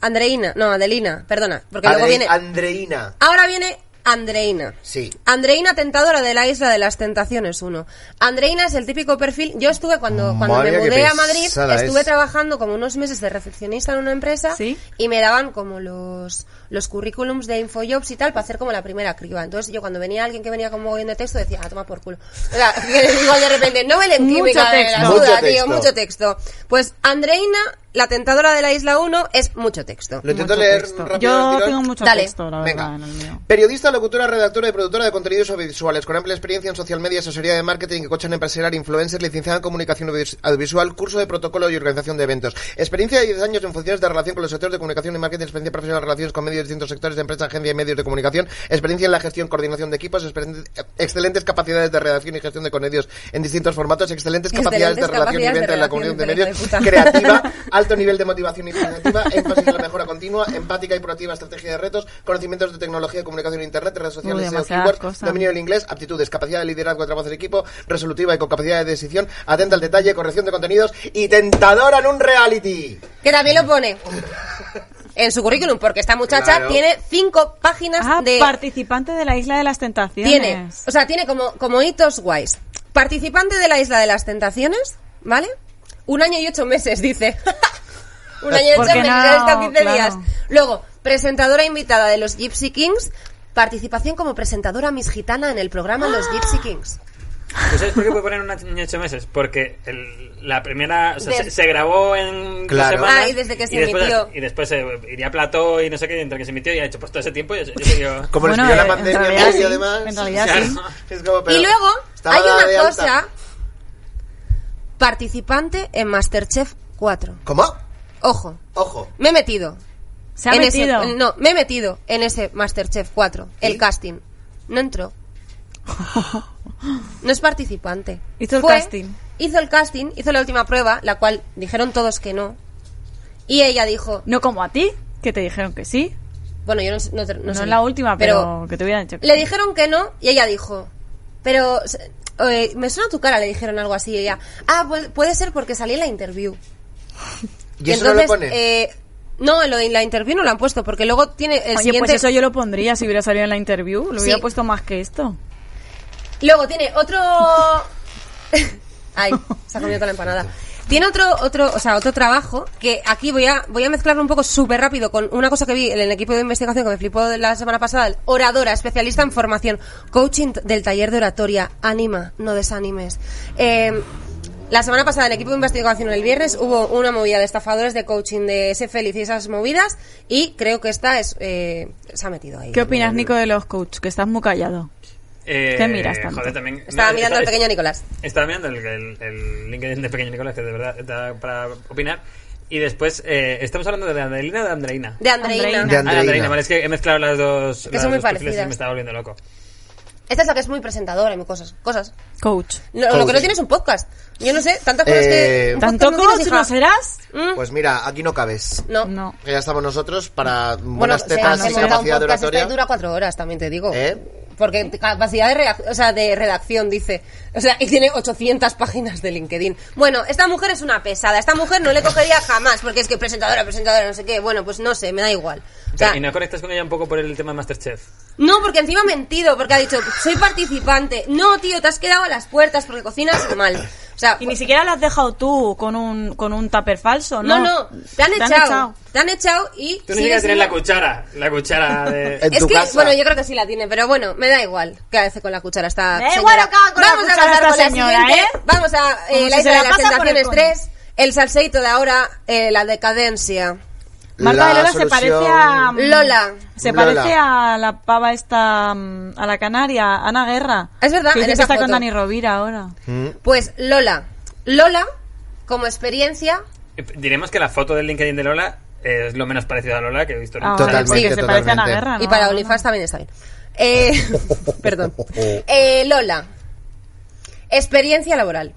Andreina. No, Adelina, perdona. Porque luego Adre- viene. Andreina. Ahora viene Andreina. Sí. Andreina Tentadora de la Isla de las Tentaciones 1. Andreina es el típico perfil. Yo estuve cuando, cuando Mm, Madre me mía, qué mudé a Madrid, pesada estuve es. trabajando como unos meses de recepcionista en una empresa Sí. y me daban como los, los currículums de Infojobs y tal para hacer como la primera criba. Entonces yo cuando venía alguien que venía con mogollón de texto decía, ah, toma por culo. O sea, que igual de repente, no me Mucho química de la texto. duda, Mucho tío, texto. mucho texto. Pues Andreina, la Tentadora de la Isla 1, es mucho texto. Lo intento Mucho leer texto. rápido. del Yo tirón. tengo mucho Dale. texto, la Venga. verdad, en el mío. Periodista, locutora, redactora y productora de contenidos audiovisuales con amplia experiencia en social media, asesoría de marketing, coach en empresarial, influencer, licenciada en comunicación audio- audiovisual, curso de protocolo y organización de eventos. Experiencia de 10 años en funciones de relación con los sectores de comunicación y marketing, experiencia profesional en relaciones con medios de distintos sectores de empresa, agencia y medios de comunicación, experiencia en la gestión, coordinación de equipos, experien- eh, excelentes capacidades de redacción y gestión de contenidos en distintos formatos, excelentes, capacidades de relación y capacidades de venta en la relación, comunión de hijo de medios, puta. creativa, alto nivel de motivación y iniciativa, énfasis en la mejora continua, empática y proactiva, estrategia de retos, conocimientos de tecnología, comunicación en internet, redes sociales, Uy, SEO, demasiadas keywords, cosas. dominio del inglés, aptitudes, capacidad de liderazgo, trabajo del equipo, resolutiva y con capacidad de decisión, atenta al detalle, corrección de contenidos y tentadora en un reality. Que también lo pone en su currículum, porque esta muchacha Claro. tiene cinco páginas Ah, de... participante de la Isla de las Tentaciones. Tiene, o sea, tiene como, como hitos guays. Participante de la Isla de las Tentaciones, ¿vale? Un año y ocho meses, dice. Un año y ocho Porque meses, no, ha estado 15 claro. días. Luego, presentadora invitada de los Gypsy Kings, Participación como presentadora Miss Gitana en el programa Los Gypsy Kings. ¿Tú sabes por qué puede poner una niña de ocho meses? Porque el- la primera o sea, Del- se, se grabó en dos Claro. semanas Ah, y desde que se después, emitió. Y después eh, iría a plató y no sé qué, y entre que se emitió y ha hecho pues todo ese tiempo. Yo, yo, yo- Como Bueno, les pilló eh, la pandemia en realidad y sí, además. en realidad Claro. sí. Es como, pero y luego estaba hay dada de una alta. cosa. Participante en Masterchef 4. ¿Cómo? Ojo, Ojo. me he metido. Se ha en metido. Ese, no, me he metido en ese Masterchef 4, el ¿Sí? casting. No entró. No es participante. Hizo el casting. Hizo el casting, hizo la última prueba, la cual dijeron todos que no. Y ella dijo, No como a ti, que te dijeron que sí. bueno, yo no, sé- no, te- no No, sé. es la última, pero, que te hubieran dicho que Le sí. dijeron que no y ella dijo, pero se- eh, me suena tu cara, le dijeron algo así y ella, ah, pu- puede ser porque salí en la interview. ¿Y eso entonces, no lo pone? eh, no, lo de la interview no lo han puesto porque luego tiene el Oye, siguiente pues eso yo lo pondría si hubiera salido en la interview. Lo hubiera Sí. puesto más que esto. Luego tiene otro. Ay, se ha comido con la empanada. Tiene otro, otro, o sea, otro trabajo que aquí voy a, voy a mezclarlo un poco súper rápido con una cosa que vi en el equipo de investigación que me flipó de la semana pasada. el Oradora, especialista en formación, coaching t- del taller de oratoria, anima, no desanimes. Eh, la semana pasada en el equipo de investigación el viernes hubo una movida de estafadores de coaching de ese feliz y esas movidas y creo que esta es, eh, se ha metido ahí. ¿Qué opinas, Nico, de los coaches? Que estás muy callado. eh, ¿Qué miras tanto? Joder, también. Estaba no, mirando al estaba- pequeño Nicolás. Estaba mirando el, el, el LinkedIn de Pequeño Nicolás, que de verdad da para opinar. Y después, eh, estamos hablando de Andreina o de Andreina. De Andreina. Andreina. De Ah, de Andreina. Andreina, vale, es que he mezclado las dos. Que las son muy dos perfiles y parecidas. me estaba volviendo loco. Esta es la que es muy presentadora y muy cosas. cosas. Coach. Lo, lo que no Coaching. tiene es un podcast. Yo no sé, tantas cosas Eh, que. un ¿Tanto podcast no tienes, coach hija. no serás? Mm, Pues mira, aquí no cabes. no. No. Que Ya estamos nosotros para Bueno, buenas se tetas y se hemos monta un este capacidad de podcast este oratoria. y dura cuatro horas, también te digo. ¿Eh? Porque capacidad de, reac- o sea, de redacción, dice. O sea, y tiene 800 páginas de LinkedIn. Bueno, esta mujer es una pesada. Esta mujer no le cogería jamás, porque es que presentadora, presentadora, no sé qué. Bueno, pues no sé, me da igual. O sea, ¿Y no conectas con ella un poco por el tema de Masterchef? No, porque encima ha mentido, porque ha dicho, soy participante. No, tío, te has quedado a las puertas porque cocinas mal. O sea, Y ni siquiera lo has dejado tú con un, con un tupper falso, ¿no? No, no, te han echado. Te han echado y. Tú no sigues llegas a tener la siendo- cuchara. La cuchara de. en Es tu que, casa. bueno, yo creo que sí la tiene, pero bueno, me da igual qué hace con la cuchara esta Me da señora. igual lo que haga con la Vamos cuchara a pasar esta con la señora, siguiente. ¿eh? Vamos a Como eh, la si se isla la de las pasa por el tentaciones coño. 3, el salseito de ahora, eh, la decadencia. Marta de La Lola se solución- parece a. mm, Lola. Se Lola. parece a la pava esta. mm, A la canaria, Ana Guerra. Es verdad, Que en dice esa que está con foto. Dani Rovira ahora. Mm. Pues Lola. Lola, como experiencia, Diremos que la foto del LinkedIn de Lola es lo menos parecido a Lola que he visto Ah, nunca. vale, Totalmente, sí, que se parece a Ana totalmente. Guerra. y Ah, ¿no? para Ahora. OnlyFans también está bien. Eh, perdón. Eh, Lola. Experiencia laboral.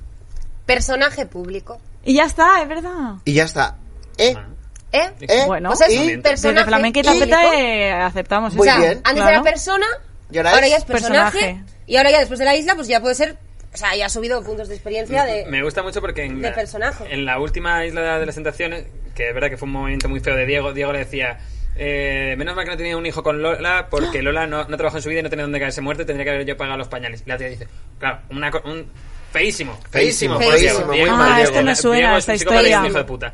Personaje público. Y ya está, es verdad. Y ya está. ¿Eh? Ah, ¿Eh? ¿Eh? Bueno. Pues es ¿Y? un personaje Desde Flamenca y público. Tapeta eh, aceptamos Muy o sea, eso. bien. antes Claro. era persona, Y ahora es ya es personaje, personaje. y ahora ya después de la isla, pues ya puede ser, o sea, ya ha subido puntos de experiencia de... Me gusta mucho porque en, de la, personaje. en la última isla de las tentaciones, que es verdad que fue un movimiento muy feo de Diego, Diego le decía, eh, menos mal que no tenía un hijo con Lola, Ah. porque Lola no, no trabajó en su vida y no tenía dónde caerse muerta, tendría que haber yo pagado los pañales. Y la tía dice, claro, una, co- un feísimo, Feísimo, feísimo, por feísimo, Diego. muy Diego- mal, Diego- Ah, esto me Diego suena, es un esta psicópata y es un historia. hijo de puta.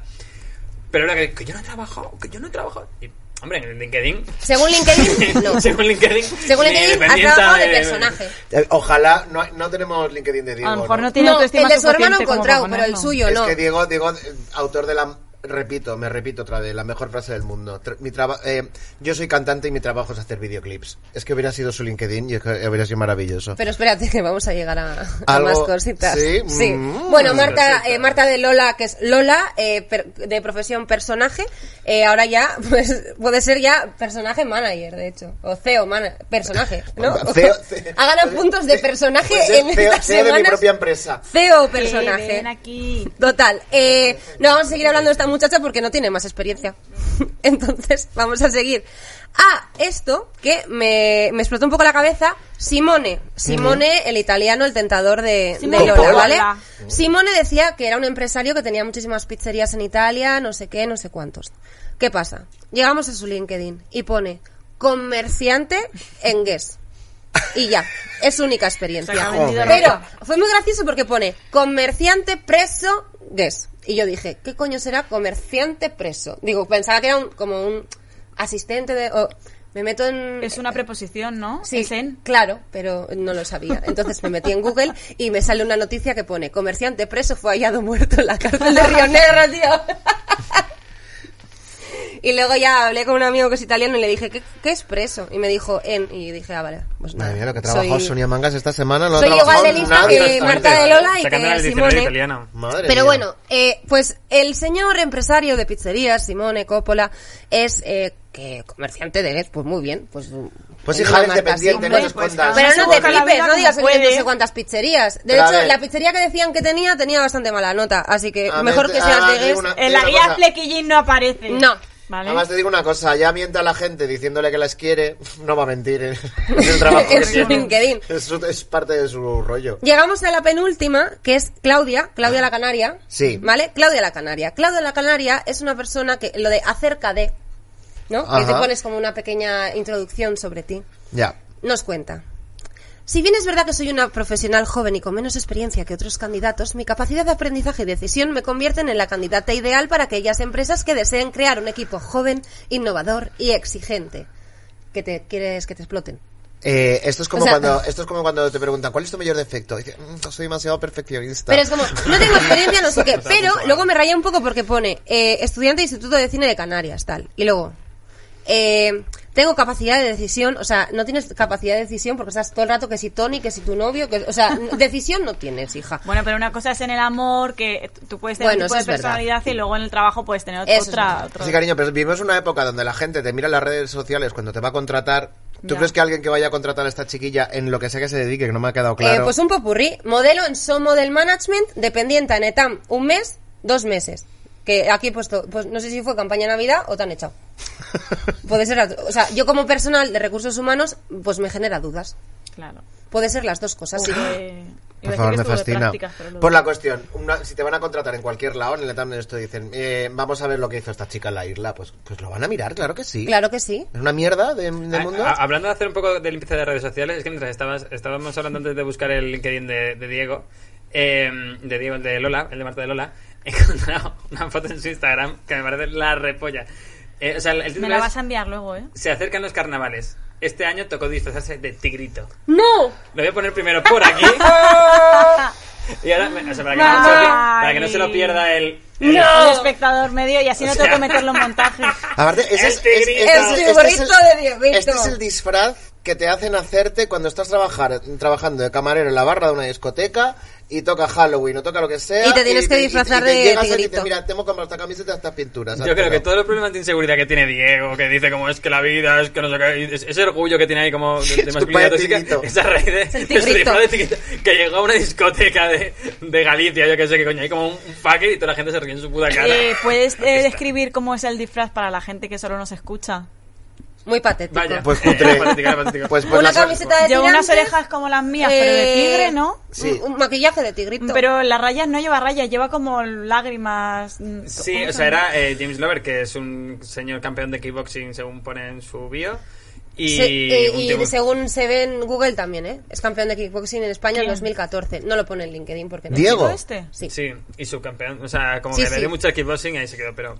Pero era que, que yo no he trabajado, que yo no he trabajado. Y, hombre, en el LinkedIn... Según LinkedIn, no. Según LinkedIn, Según ni LinkedIn, has dependienta trabajado de personaje. Eh, Ojalá, no, no tenemos LinkedIn de Diego. A lo mejor ¿no? no tiene no, el autoestima de su hermano suficiente como encontrado, para pero el ponerlo. suyo no. Es que Diego, Diego, eh, autor de la... Repito, me repito otra vez, la mejor frase del mundo. Tra- mi traba- eh, yo soy cantante y mi trabajo es hacer videoclips. Es que hubiera sido su LinkedIn y es que hubiera sido maravilloso. Pero espérate que vamos a llegar a, a Algo- más cositas. sí, Sí. mm, bueno, Marta, cositas. eh, Marta de Lola, que es Lola, eh, per- de profesión personaje, eh, ahora ya pues, puede ser ya personaje manager, de hecho. O CEO, mana- personaje, ¿no? CEO, CEO. ha ganado puntos de personaje E Puede ser E en CEO estas CEO de mi semanas. propia empresa. CEO Que personaje. ven aquí. Total, eh, no vamos a seguir hablando de esta muchacha porque no tiene más experiencia. Entonces, vamos a seguir. Ah, esto que me, me explotó un poco la cabeza, Simone. Simone, el italiano, el tentador de, Simone de Lola, ¿vale? Popola. Simone decía que era un empresario que tenía muchísimas pizzerías en Italia, no sé qué, no sé cuántos. ¿Qué pasa? Llegamos a su LinkedIn y pone comerciante en Guess. Y ya, es su única Se experiencia. ha vendido Joder. Pero fue muy gracioso porque pone comerciante preso guess. Y yo dije, ¿qué coño será comerciante preso? Digo, pensaba que era un, como un asistente de... o- Me meto en... Es una preposición, ¿no? Sí, Es en. claro, pero no lo sabía. Entonces me metí en Google y me sale una noticia que pone comerciante preso fue hallado muerto en la cárcel de Río Negro, tío. Y luego ya hablé con un amigo que es italiano y le dije, ¿qué, qué es preso? Y me dijo, en. Y dije, ah, vale, pues nada. Madre mía, lo que ha Soy- trabajado Sonia Mangas esta semana lo ha soy trabajado igual de lista nadie. que Marta de Lola y Sacando que el diccionario Simone. italiano. Madre Pero mía. bueno, eh, pues el señor empresario de pizzerías, Simone Coppola, es eh, que comerciante de pues muy bien. Pues, Pues eh, hija una marca dependiente, así. no Hombre, te pues, escondas. Pero Además, no su te boca la flipes, vida no digas que como tiene no puede. sé cuántas pizzerías. De Pero a hecho, ver. la pizzería que decían que tenía, tenía bastante mala nota. Así que A ver, mejor que ah, seas de digo Guess. una- En la Una guía cosa. Flequillín no aparece. No. ¿Vale? Además te digo una cosa, ya mienta la gente diciéndole que las quiere, no va a mentir. ¿eh? Es el trabajo que Es su tiene. LinkedIn. Es, su- es parte de su rollo. Llegamos a la penúltima, que es Claudia, Claudia la Canaria. Sí. ¿Vale? Claudia la Canaria. Claudia la Canaria es una persona que lo de acerca de, ¿no? Que te Ajá. pones como una pequeña introducción sobre ti. Ya. Nos cuenta. Si bien es verdad que soy una profesional joven y con menos experiencia que otros candidatos, mi capacidad de aprendizaje y decisión me convierten en la candidata ideal para aquellas empresas que deseen crear un equipo joven, innovador y exigente. Que te quieres que te exploten. Eh, esto, es como O sea- cuando, esto es como cuando te preguntan, ¿cuál es tu mayor defecto? Y dices, "Mm, soy demasiado perfeccionista. Pero es como, no tengo experiencia, no sé qué. Pero luego me raya un poco porque pone eh, estudiante de Instituto de Cine de Canarias, tal. Y luego, eh, tengo capacidad de decisión. O sea, no tienes capacidad de decisión porque estás todo el rato que si Tony, que si tu novio. que O sea, n- decisión no tienes, hija. Bueno, pero una cosa es en el amor, que tú puedes tener Bueno, un tipo eso de es verdad. personalidad y luego en el trabajo puedes tener Eso es otra. verdad. otro- Sí, cariño, pero vivimos una época donde la gente te mira en las redes sociales cuando te va a contratar. ¿Tú Ya. crees que alguien que vaya a contratar a esta chiquilla en lo que sea que se dedique, que no me ha quedado claro? Eh, pues un popurrí. Modelo en So Model Management, dependiente en ETAM un mes, dos meses. Que aquí he puesto, pues no sé si fue campaña Navidad o te han echado. Puede ser, la- o sea, yo como personal de recursos humanos, pues me genera dudas. Claro. Puede ser las dos cosas, sí. Eh, iba Por a decir favor, que me estuvo de fascina. prácticas, pero lo Por la dudo. cuestión, una- si te van a contratar en cualquier lado, en el etam de esto dicen, eh, vamos a ver lo que hizo esta chica en la isla, pues, pues lo van a mirar, claro que sí. Claro que sí. Es una mierda de- del Ah, mundo. ah, hablando de hacer un poco de limpieza de redes sociales, es que mientras estabas, estábamos hablando antes de buscar el LinkedIn de, de Diego, eh, de Diego, el de Lola, el de Marta de Lola, he encontrado una foto en su Instagram que me parece la repolla. Eh, o sea, el el Me título la es, vas a enviar luego, ¿eh? Se acercan los carnavales. Este año tocó disfrazarse de tigrito. ¡No! Lo voy a poner primero por aquí. y ahora, me- o sea, para que, no, se lo, Vale. para que no se lo pierda el... el- El espectador medio y así no tengo que meterlo en montaje. Aparte, ese El es, es- tigrito. este es- El este es tigrito de Dieguito. Este es el disfraz que te hacen hacerte cuando estás trabajar, trabajando de camarero en la barra de una discoteca y toca Halloween o toca lo que sea. Y te tienes que disfrazar y te de llegas aquí y te- tigrito. Mira, tengo que comprar esta camiseta y estas pinturas. Yo creo que todo todos los problemas de inseguridad que tiene Diego, que dice como es que la vida, es que no sé qué, y es- ese orgullo que tiene ahí como de, de Su masculinidad padre tóxica, tigrito. esa raíz de, de su tigrito. disfraz de tigrito, que llegó a una discoteca de, de Galicia, yo que sé qué coño, hay como un, un fucker y toda la gente se ríe en su puta cara. Eh, ¿Puedes eh, describir cómo es el disfraz para la gente que solo nos escucha? Muy patético. Vaya, Pues eh, cutre. era patético, era patético. Pues, pues Una la- camiseta de Lleva unas tirantes, orejas como las mías, pero de eh, tigre, ¿no? Sí. Un, un maquillaje de tigrito. Pero las rayas no lleva rayas, lleva como lágrimas. mm, Sí, ¿cómo o se sea, llama? era eh, James Lover, que es un señor campeón de kickboxing según pone en su bio. Y, Se- eh, un y tipo- según se ve en Google también, ¿eh? Es campeón de kickboxing en España en ¿Quién? 2014. No lo pone en LinkedIn porque no. Diego. ¿Todo este? Sí. Sí, y subcampeón. O sea, como Sí, que le sí. dio mucho al kickboxing y ahí se quedó, pero...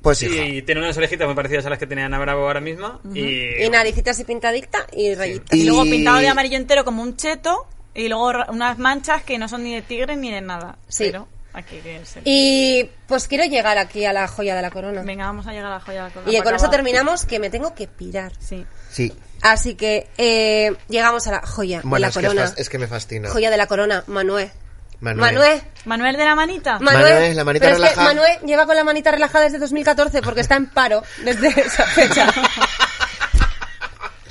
Pues hija. Sí, tiene unas orejitas muy parecidas a las que tenía Ana Bravo ahora mismo. y, Y naricita así pintadicta y rayita. Y... Y- luego pintado de amarillo entero como un cheto y luego ra- unas manchas que no son ni de tigre ni de nada. Sí. Pero aquí que se- Y pues quiero llegar aquí a la joya de la corona. Venga, vamos a llegar a la joya. de la corona Y para con eso acabar. terminamos que me tengo que pirar. Sí. Sí. Así que eh, llegamos a la joya de Bueno, la es que, corona. fas- es que me fascina. Joya de la corona, Manué. Manuel. Manué. Manuel de la manita. Manuel, Manuel, la manita pero es que relajada. Manuel lleva con la manita relajada desde 2014 porque está en paro desde esa fecha.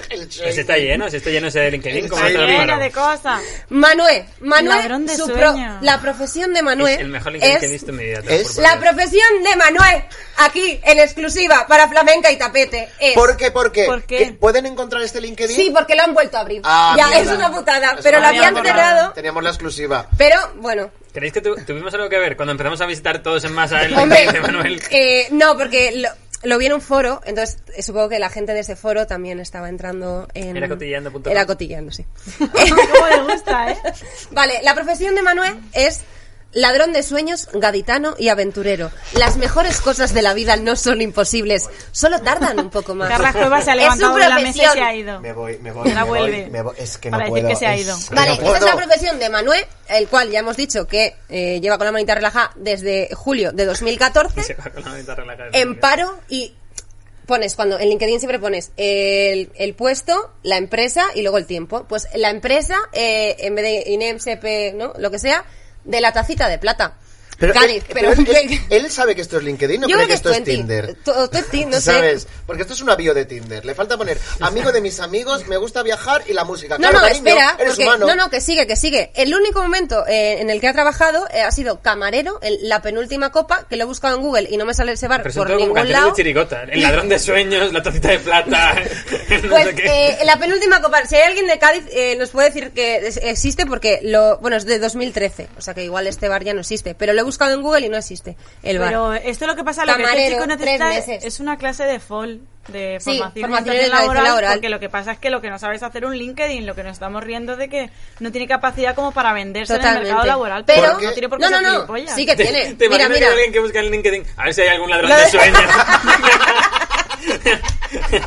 Ese pues está lleno, si está lleno ese de LinkedIn. ¿cómo Está está lleno Llena preparado? de cosas. Manuel, Manuel, Ladrón de su sueño. pro- la profesión de Manuel Es el mejor LinkedIn es que he visto en este mi vida. te lo es- juro por la Dios. profesión de Manuel aquí en exclusiva para flamenca y tapete es ¿Por qué? ¿Por qué? ¿Por qué? ¿Que ¿Pueden encontrar este LinkedIn? sí porque lo han vuelto a abrir. Ah, ya mierda. es una putada, Es pero lo una habían mierda. cerrado. Teníamos la exclusiva. Pero bueno, ¿Creéis que tu- tuvimos algo que ver cuando empezamos a visitar todos en masa el Hombre, LinkedIn de Manuel? eh, no, porque lo, lo vi en un foro, entonces eh, supongo que la gente de ese foro también estaba entrando en... Era cotilleando.com. Era cotilleando, sí. Cómo le gusta, ¿eh? vale, la profesión de Manuel es Ladrón de sueños, gaditano y aventurero. Las mejores cosas de la vida no son imposibles, solo tardan un poco más. Carlas Cuevas se ha Es su levantado de la mesa y se profesión. ha ido. Me voy, me voy. Ahora me voy, vuelve. me voy. Es que Para no decir puedo, que se ha es- ido. no Vale, esta es la puedo. profesión de Manuel, el cual ya hemos dicho que eh, lleva con la manita relajada desde julio de 2014, eh, en paro y pones cuando en LinkedIn siempre pones el, el puesto, la empresa y luego el tiempo. Pues la empresa, eh, en vez de INEM, CP, ¿no? Lo que sea, de la tacita de plata. Pero, Cádiz, él, pero, él, él sabe que esto es LinkedIn, no Yo cree creo que, esto es 20. Tinder. To- to- ti- no sé. ¿Sabes? Porque esto es un avión de Tinder. Le falta poner amigo de mis amigos, me gusta viajar y la música. No, Claro, no, cariño, espera, eres porque, humano. no, no, que sigue, que sigue. El único momento eh, en el que ha trabajado eh, ha sido camarero, en la penúltima copa, que lo he buscado en Google y no me sale ese bar por ningún lado. de chirigota. El ladrón de sueños, la tacita de plata. no Pues sé qué. eh, en la penúltima copa, si hay alguien de Cádiz, eh, nos puede decir que es- existe porque lo, bueno, es de 2013, o sea que igual este bar ya no existe, pero lo he buscado en Google y no existe el bar. Pero esto es lo que pasa, lo que este Camarero, chico necesita tres es- meses. es una clase de FOL, de Sí, formación, formación inicial en la laboral, laboral. porque lo que pasa es que lo que no sabes hacer un LinkedIn, lo que nos estamos riendo de que no tiene capacidad como para venderse en el mercado laboral, pero, Pero, no tiene por qué no, no, ser no, gilipollas. sí que ¿Te, tiene. te mira, imaginas que mira. alguien que busca en LinkedIn? A ver si hay algún ladrón Lo de de- sueños.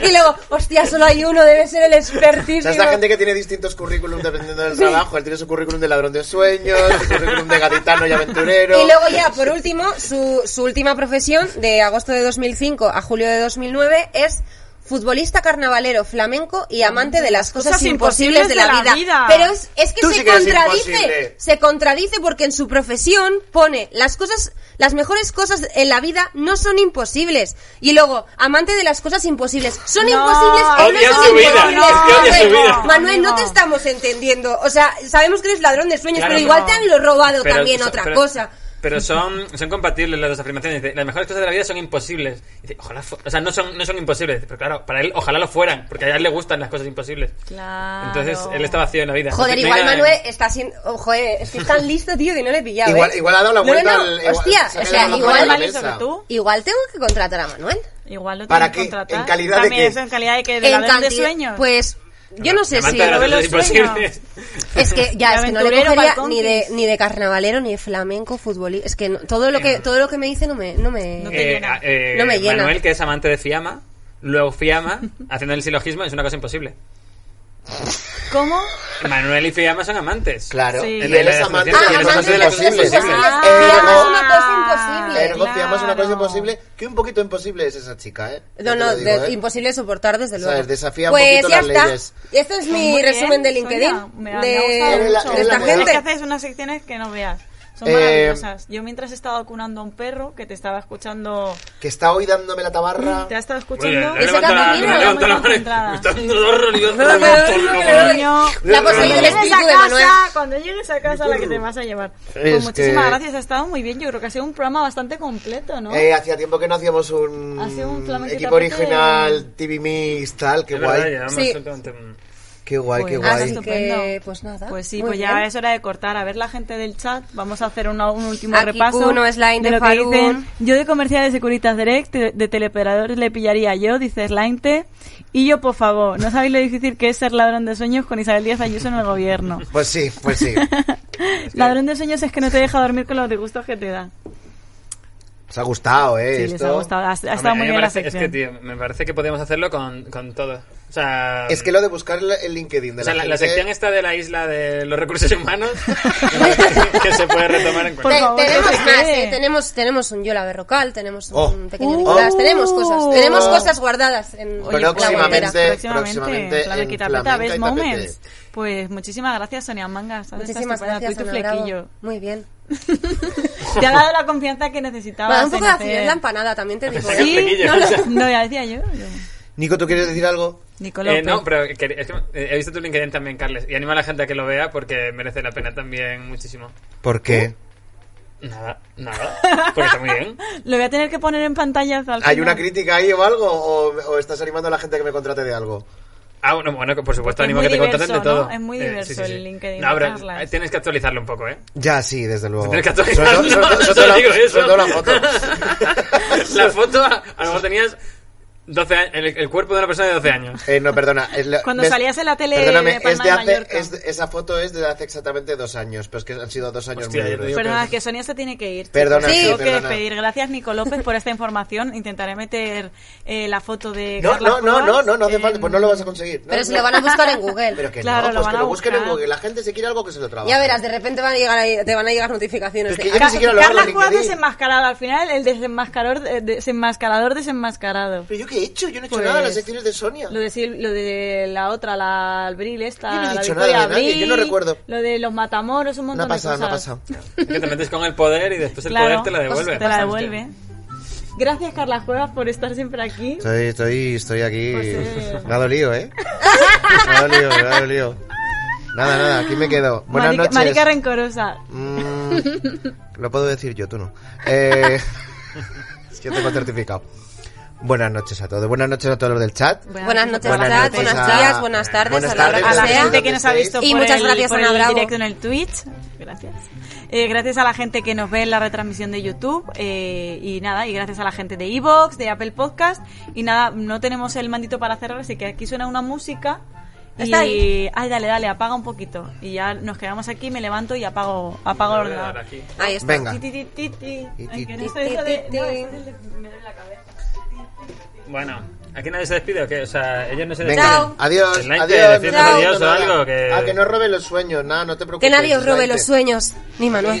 Y luego, hostia, solo hay uno, debe ser el O sea, expertísimo. esta gente que tiene distintos currículums dependiendo del trabajo. Él tiene su currículum de ladrón de sueños, su currículum de gaditano y aventurero. Y luego ya, por último, su, su última profesión, de agosto de 2005 a julio de 2009, es futbolista carnavalero flamenco y amante de las cosas, imposibles de la, vida. Pero es, es que Tú se sí que eres imposible. contradice, se contradice porque en su profesión pone las cosas, las mejores cosas en la vida no son imposibles. Y luego, amante de las cosas imposibles. Son No, imposibles o no odia son su vida, imposibles. es que odia su Manuel, vida. Manuel, no te Amigo. estamos entendiendo. O sea, sabemos que eres ladrón de sueños, Claro, pero igual no. te han lo robado Pero también so- otra pero- cosa. Pero son, son compatibles las dos afirmaciones. Dice, las mejores cosas de la vida son imposibles. Dice, ojalá fu- o sea, no son, no son imposibles. Dice, Pero claro, para él ojalá lo fueran, porque a él le gustan las cosas imposibles. Claro. Entonces él está vacío en la vida. eh, Joder, Entonces, no hay igual nada- Manuel está siendo. oh, joder, es que es tan listo, tío, que no le he pillado. Igual- ¿eh? igual ha dado la No, vuelta no, al- igual- Hostia, se o le ha sea, dado la vuelta igual, a la Igual, mesa. sobre tú, igual tengo que contratar a Manuel. igual lo tiene ¿Para que qué? contratar. ¿En calidad de También qué? es en calidad de que de En ladrón de cantidad- sueños. Pues. Yo no sé Amante si. de las Pero cosas los sueños. imposibles. Es que ya, De es que no le aventurero, cogería balcón, ni de, please. ni de carnavalero, ni de flamenco, futbolista. Es que no- todo, lo que todo lo que me dice no me. No me... Ah, No te Eh, llena. a- eh, No me llena. Manuel, que es amante de Fiamma, luego Fiamma, haciendo el silogismo, es una cosa imposible. ¿Cómo? Manuel y Fiamma son amantes. Claro. Sí. Y él es amante de Ah, las amante cosas de las cosas imposibles. imposibles. Ah, Fiamma es Ergo, una cosa imposible. ergo Fiamma es una cosa Claro. imposible. Que un poquito imposible es esa chica, ¿eh? Ya No, te no, lo digo, de- ¿eh? imposible de soportar, desde ¿Sabes? luego. Desafía un pues poquito ya las está. leyes. Este es mi Muy bien, resumen de LinkedIn. Sonia, me ha, de, me ha Eres la- gustado mucho. eres la esta mejor. gente. Es que haces unas secciones que no veas. Son Eh, maravillosas. Yo mientras he estado acunando a un perro que te estaba escuchando, Que está hoy dándome la tabarra. te ha estado escuchando. Oye, le Ese levanta la- campamento le era levanta muy la mano y- concentrada. me está dando dolor, Dios, me No, da no, no, mucho no, dolor. no, no, no. Coño. La posesión del Cuando llegues espíritu de a Manuel. casa, cuando llegues a casa, la que te vas a llevar. Pues Es muchísimas que- gracias, ha estado muy bien. Yo creo que ha sido un programa bastante completo, ¿no? Eh, hacía tiempo que no hacíamos un, Hacía un flamenco equipo tapete. original TV Mix, tal, qué Es verdad, guay. llevamos Sí. absolutamente un- Qué guay, qué Pues, Así guay. que, Estupendo. pues nada. Pues sí, muy pues bien. ya es hora de cortar. A ver la gente del chat. Vamos a hacer una- un último Aquí repaso. Kuno, Slime de lo que Farun. dicen. Yo de comercial de Securitas Direct, de, de teleoperadores le pillaría yo, dice Slainte. Y yo, por favor, no sabéis lo difícil que es ser ladrón de sueños con Isabel Díaz Ayuso en el gobierno. Pues sí, pues sí. ladrón de sueños es que no te deja dormir con los disgustos que te da. Os ha gustado, ¿eh? Sí, les Esto. ha gustado. Ha, ha Hombre, estado a mí muy me bien la parece- sección. Es que, tío, me parece que podíamos hacerlo con, con todo. O sea, Es que lo de buscar el- el LinkedIn de o sea, la, la, la gente- sección está de la isla de los recursos humanos me parece que se puede retomar en Te- cualquier favor, tenemos no se más, quede. eh, tenemos, tenemos un Yola Berrocal, tenemos Oh. un pequeño Uh. Nicolás, tenemos cosas, tenemos Oh. cosas guardadas en Oye, la Próximamente- próximamente, guardera. próximamente en Flamenca y en Tapeta, Flamenca Best y Moments. Tapete. Pues muchísimas gracias, Sonia Mangas. Ahora estás Muchísimas estupenda, gracias, tú y tu Ana Bravo. flequillo. Muy bien. Te ha dado la confianza que necesitabas. Vale, un poco en de hacer- acidez la empanada, también te digo. pensaba que ¿eh? Sí, flequillo, no, o sea. lo- no, ya decía yo. yo. Nico, ¿tú quieres decir algo? Nicolás. Eh, no, pero que- es que eh, he visto tu LinkedIn también, Carles, y animo a la gente a que lo vea porque merece la pena también muchísimo. ¿Por qué? Uh, Nada, nada, porque está muy bien. Lo voy a tener que poner en pantalla. al final. ¿Hay una crítica ahí o algo? ¿O, o estás animando a la gente a que me contrate de algo? Ah, bueno, bueno, que por supuesto, Es animo a muy que te contraten de diverso, ¿no? todo. Es muy Eh, diverso el LinkedIn No, de pero Carlas. eh, tienes que actualizarlo un poco, ¿eh? Ya, sí, desde luego. Tienes que Sobre actualizarlo. todo- sobre todo- sobre todo no, solo la- digo eso. sobre todo la foto. la foto, a a lo mejor tenías 12 años- el, el cuerpo de una persona de 12 años. Eh, no, perdona. es la- Cuando ves- salías en la tele Perdóname, de Palma es de de hace- Mallorca. es de- esa foto es de hace exactamente dos años. Pues que han sido dos años Hostia, muy yo te duros. digo Perdona, que Sonia se tiene que ir. chicos. Perdona, Sí. sí, Tengo que perdona. despedir. Gracias, Nico López, por esta información. Intentaré meter eh, la foto de. No, Carla no, no, Cuevas no, no, no hace en- falta. Pues no lo vas a conseguir. No, Pero si no. lo van a buscar en Google. Pero que Claro, no, lo pues van que a lo busquen en buscar. Google. La gente se quiere algo que se lo trabaje. Ya verás, de repente van a llegar ahí- te van a llegar notificaciones. Es de, que yo ni "Ah, siquiera lo Carla hago en Cuevas LinkedIn. desenmascarada. Al final, el desenmascarador, eh, desenmascarador desenmascarado. Pero yo qué he hecho, yo no he hecho Pues- nada en las secciones de Sonia. Lo de, Sil- lo de la otra, la Abril esta, Yo no he la dicho Victoria nada de nadie, Abril, yo no recuerdo. Lo de los matamoros, un No montón ha pasado, de no ha cosas. pasado. Es que te metes con el poder y después el poder te la devuelve. pues Te la devuelve. Gracias, Carla Cuevas, por estar siempre aquí. Estoy, estoy, estoy aquí. Pues, eh. Me ha dolido, ¿eh? Me ha dolido, me ha dolido. Nada, nada, aquí me quedo. Buenas Marica, noches. Marica Rencorosa. Mm, lo puedo decir yo, tú no. Eh, es que yo tengo certificado. Buenas noches a todos. Buenas noches a todos los del chat. Buenas noches, Buenas chat, noches buenas a- días, buenas tardes, buenas a la hora tardes, que a la sea. gente que nos ha visto Y por muchas el- gracias, por Ana el Bravo. directo en el Twitch. Gracias. Eh, gracias a la gente que nos ve en la retransmisión de YouTube. eh, y nada, y gracias a la gente de Evox, de Apple Podcast. Y nada, no tenemos el mandito para cerrar, así que aquí suena una música. Está y, Ay, dale, dale, apaga un poquito. Y ya nos quedamos aquí, me levanto y apago, apago el ordenador. Aquí. Ahí está. Venga. Ti, ti, ti, ti, ti. Ti, Ay, ti, que ti, no estoy eso de- ti, no, ti. eso es el de- me duele la cabeza. Bueno, ¿aquí nadie se despide o qué? O sea, ellos no se Venga, despiden. Chao. adiós. El like, adiós. decirnos nada, adiós o nada. algo, que- A que no robe los sueños, nada, no te preocupes. Que nadie os robe los Like. sueños, ni Manuel.